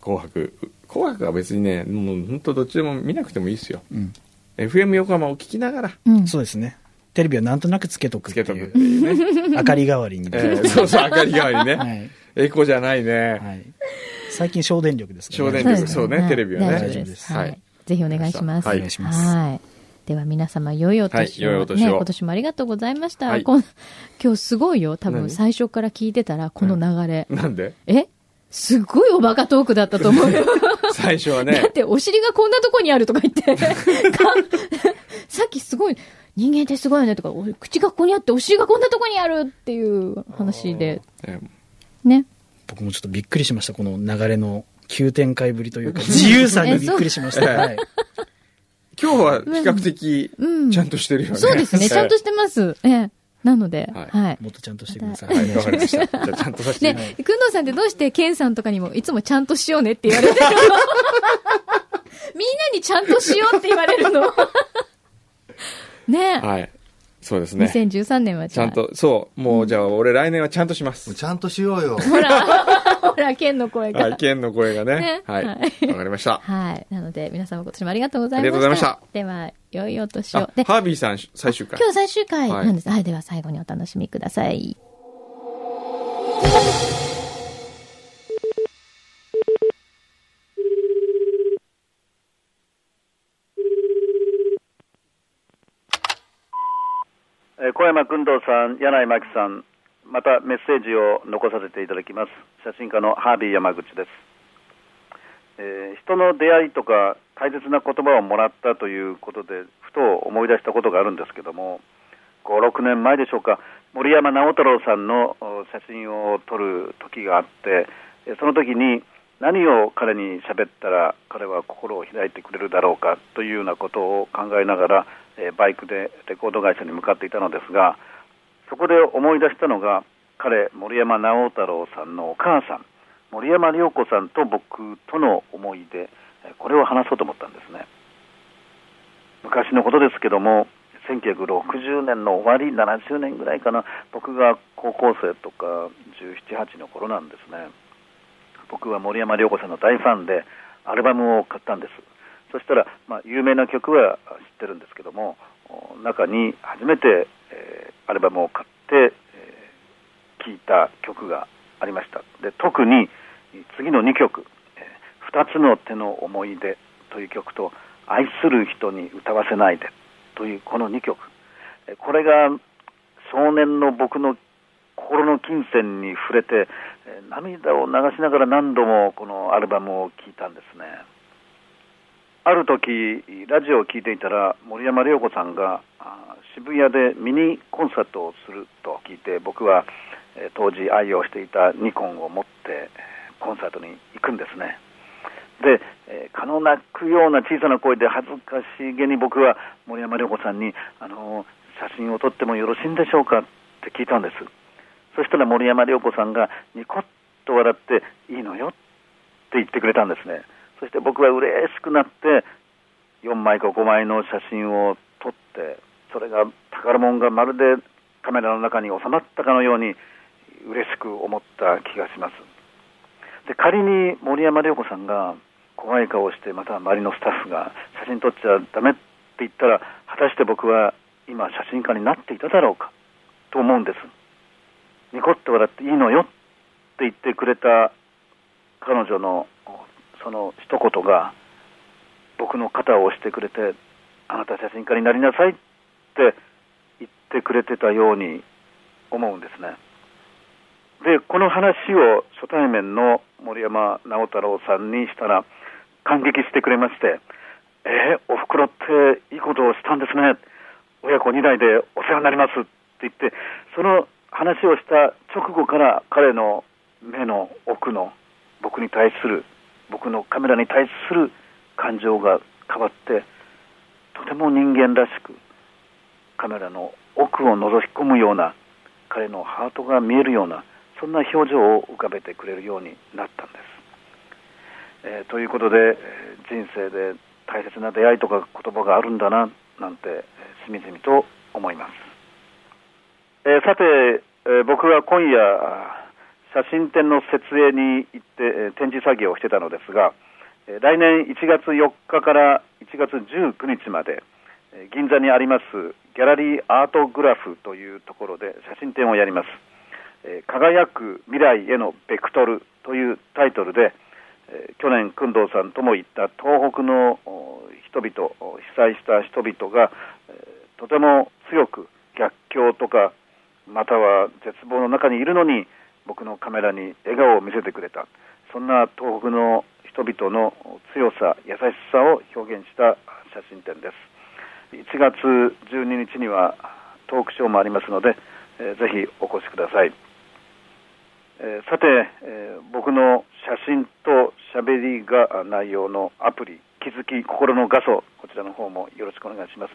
Speaker 1: 紅白。紅白は別にね、もう本当どっちでも見なくてもいいですよ。
Speaker 3: うん
Speaker 1: FM 横浜を聞きながら、
Speaker 2: うん。
Speaker 3: そうですねテレビはなんとなくつけとく
Speaker 1: つ
Speaker 3: って
Speaker 1: けと
Speaker 3: い
Speaker 1: くって
Speaker 3: う
Speaker 1: いうね。
Speaker 3: 明かり代わりに、
Speaker 1: えーそうそう、明かり代わり
Speaker 3: は
Speaker 1: ね。
Speaker 3: い、
Speaker 1: エコじゃない
Speaker 3: は
Speaker 1: ね。
Speaker 3: い、最近省電力ですから
Speaker 1: 省電
Speaker 2: そうで
Speaker 1: 力
Speaker 2: す
Speaker 1: ねそうねテレビはね
Speaker 2: 大丈夫です。は
Speaker 1: はい
Speaker 2: い。ぜひお願いします。
Speaker 1: はい
Speaker 3: お願いします
Speaker 2: はい。では皆様、良いお年を。
Speaker 1: はい良いお年を
Speaker 2: ね今年もありがとうございました。
Speaker 1: はい
Speaker 2: こん今日すごいよ。多分
Speaker 1: 何
Speaker 2: 最初から聞いてたら、この流れ。
Speaker 1: なんで
Speaker 2: えすっごいおバカトークだったと思うよ。
Speaker 1: 最初
Speaker 2: [laughs]
Speaker 1: は
Speaker 2: だっ
Speaker 1: ね、
Speaker 2: て、お尻がこんな [laughs] とこにあるとか
Speaker 1: [laughs]
Speaker 2: 言って。かさっきすごい、人間ってすごいよねとか、お口がここにあって、お尻がこんなとこにあるっていう話で。
Speaker 1: えー
Speaker 2: ね。
Speaker 3: 僕もちょっとびっくりしましたこの流れの急展開ぶりとい
Speaker 1: [laughs]
Speaker 3: うか自由さにびっくりしました、
Speaker 1: えそう
Speaker 3: はい、
Speaker 1: 今日は比較的
Speaker 2: うん
Speaker 1: ちゃんとしてるよね。
Speaker 2: そうですね。ちゃんと
Speaker 1: し
Speaker 2: してます。ええ。なので、
Speaker 1: はい
Speaker 2: はい。
Speaker 3: もっとちゃんとしてください、
Speaker 1: てはい、わかりました。じゃあちゃんとさせていただき
Speaker 2: ね、くんどうさんってどうして、ケンさんとかにも、いつもちゃんとしようねって言われて
Speaker 1: [laughs]
Speaker 2: るのみんなにちゃんとしようって言われる
Speaker 1: [laughs]
Speaker 2: のね
Speaker 1: ます。はい。そうですね。
Speaker 2: 2013年はじ
Speaker 1: ち
Speaker 2: ゃあ
Speaker 1: ゃん。と、そう、もうじゃあ俺来年はちゃんとします。
Speaker 4: ちゃんとしようよ。
Speaker 2: ほら、ほら、ケンの声が。
Speaker 1: はい、県の声がね
Speaker 2: ね。
Speaker 1: はい。わ
Speaker 2: はい
Speaker 1: かりました。
Speaker 2: はい。なので、皆様今年もありがとうございました。
Speaker 1: ありがとうございました
Speaker 2: では、良いお年を
Speaker 1: あ。
Speaker 2: で、
Speaker 1: ハービーさん最終回。
Speaker 2: 今日最終回なんです。はい、では最後にお楽しみください。
Speaker 5: えー小山君堂さん、柳井真紀さん、またメッセージを残させていただきます。写真家のハービー山口です。えー人の出会いとか大切な言葉をもらったということで、ふと思い出したことがあるんですけども、5、6年前でしょうか、森山直太朗さんのお写真を撮る時があって、えーその時に何を彼に喋ったら彼は心を開いてくれるだろうかというようなことを考えながら、えーバイクでレコード会社に向かっていたのですが、そこで思い出したのが、彼、森山直太朗さんのお母さん、森山良子さんと僕との思い出、えーこれを話そうと思ったんですね。昔のことですけども、1960年の終わり、70年ぐらいかな、僕が高校生とか17、8の頃なんですね。僕は森山良子さんの大ファンで、アルバムを買ったんです。そしたら、まあ、有名な曲は知ってるんですけども、お中に初めて、えーアルバムを買って、えー聴いた曲がありました。で特に次の2曲、えー二つの手の思い出」という曲と「愛する人に歌わせないで」というこの2曲えーこれが少年の僕の心の金銭に触れてえー涙を流しながら何度もこのアルバムを聴いたんですねある時ラジオを聞いていたら森山良子さんがあ渋谷でミニコンサートをすると聞いて僕は、えー当時愛用していたニコンを持ってコンサートに行くんですねで、えー可能なくような小さな声で恥ずかしげに僕は森山良子さんに「あの写真を撮ってもよろしいんでしょうか?」って聞いたんですそしたら森山良子さんがニコッと笑って「いいのよ」って言ってくれたんですねそして僕は嬉しくなって4枚か5枚の写真を撮ってそれが宝物がまるでカメラの中に収まったかのように嬉しく思った気がしますで仮に森山良子さんが怖い顔をしてまた周りのスタッフが写真撮っちゃダメって言ったら果たして僕は今写真家になっていただろうかと思うんですニコッと笑っていいのよって言ってくれた彼女のその一言が僕の肩を押してくれてあなた写真家になりなさいって言ってくれてたように思うんですねでこの話を初対面の森山直太朗さんにしたら感激してくれまして「えーおふくろっていいことをしたんですね親子2代でお世話になります」って言ってその話をした直後から彼の目の奥の僕に対する僕のカメラに対する感情が変わってとても人間らしくカメラの奥を覗き込むような彼のハートが見えるようなそんな表情を浮かべてくれるようになったんです。えーということでえー人生で大切な出会いとか言葉があるんだななんてえーしみじみと思います。えーさて、えー僕は今夜あー写真展の設営に行って、えー展示作業をしてたのですが、えー来年1月4日から1月19日まで、えー銀座にありますギャラリーアートグラフというところで写真展をやります、えー輝く未来へのベクトルというタイトルで、えー去年工藤さんとも言った東北のお人々お被災した人々が、えーとても強く逆境とかまたは絶望の中にいるのに僕のカメラに笑顔を見せてくれたそんな東北の人々の強さ優しさを表現した写真展です1月12日にはトークショーもありますので、えーぜひお越しください、えーさて、えー僕の写真と喋りが内容のアプリ気づき心の画素こちらの方もよろしくお願いします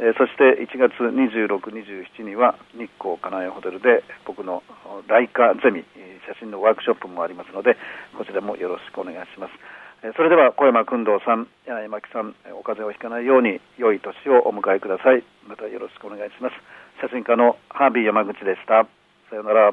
Speaker 5: えーそして1月26、27には日光金谷ホテルで僕のライカゼミえー写真のワークショップもありますのでこちらもよろしくお願いしますえーそれでは小山君堂さん柳巻さんえーお風邪をひかないように良い年をお迎えくださいまたよろしくお願いします写真家のハービー山口でしたさようなら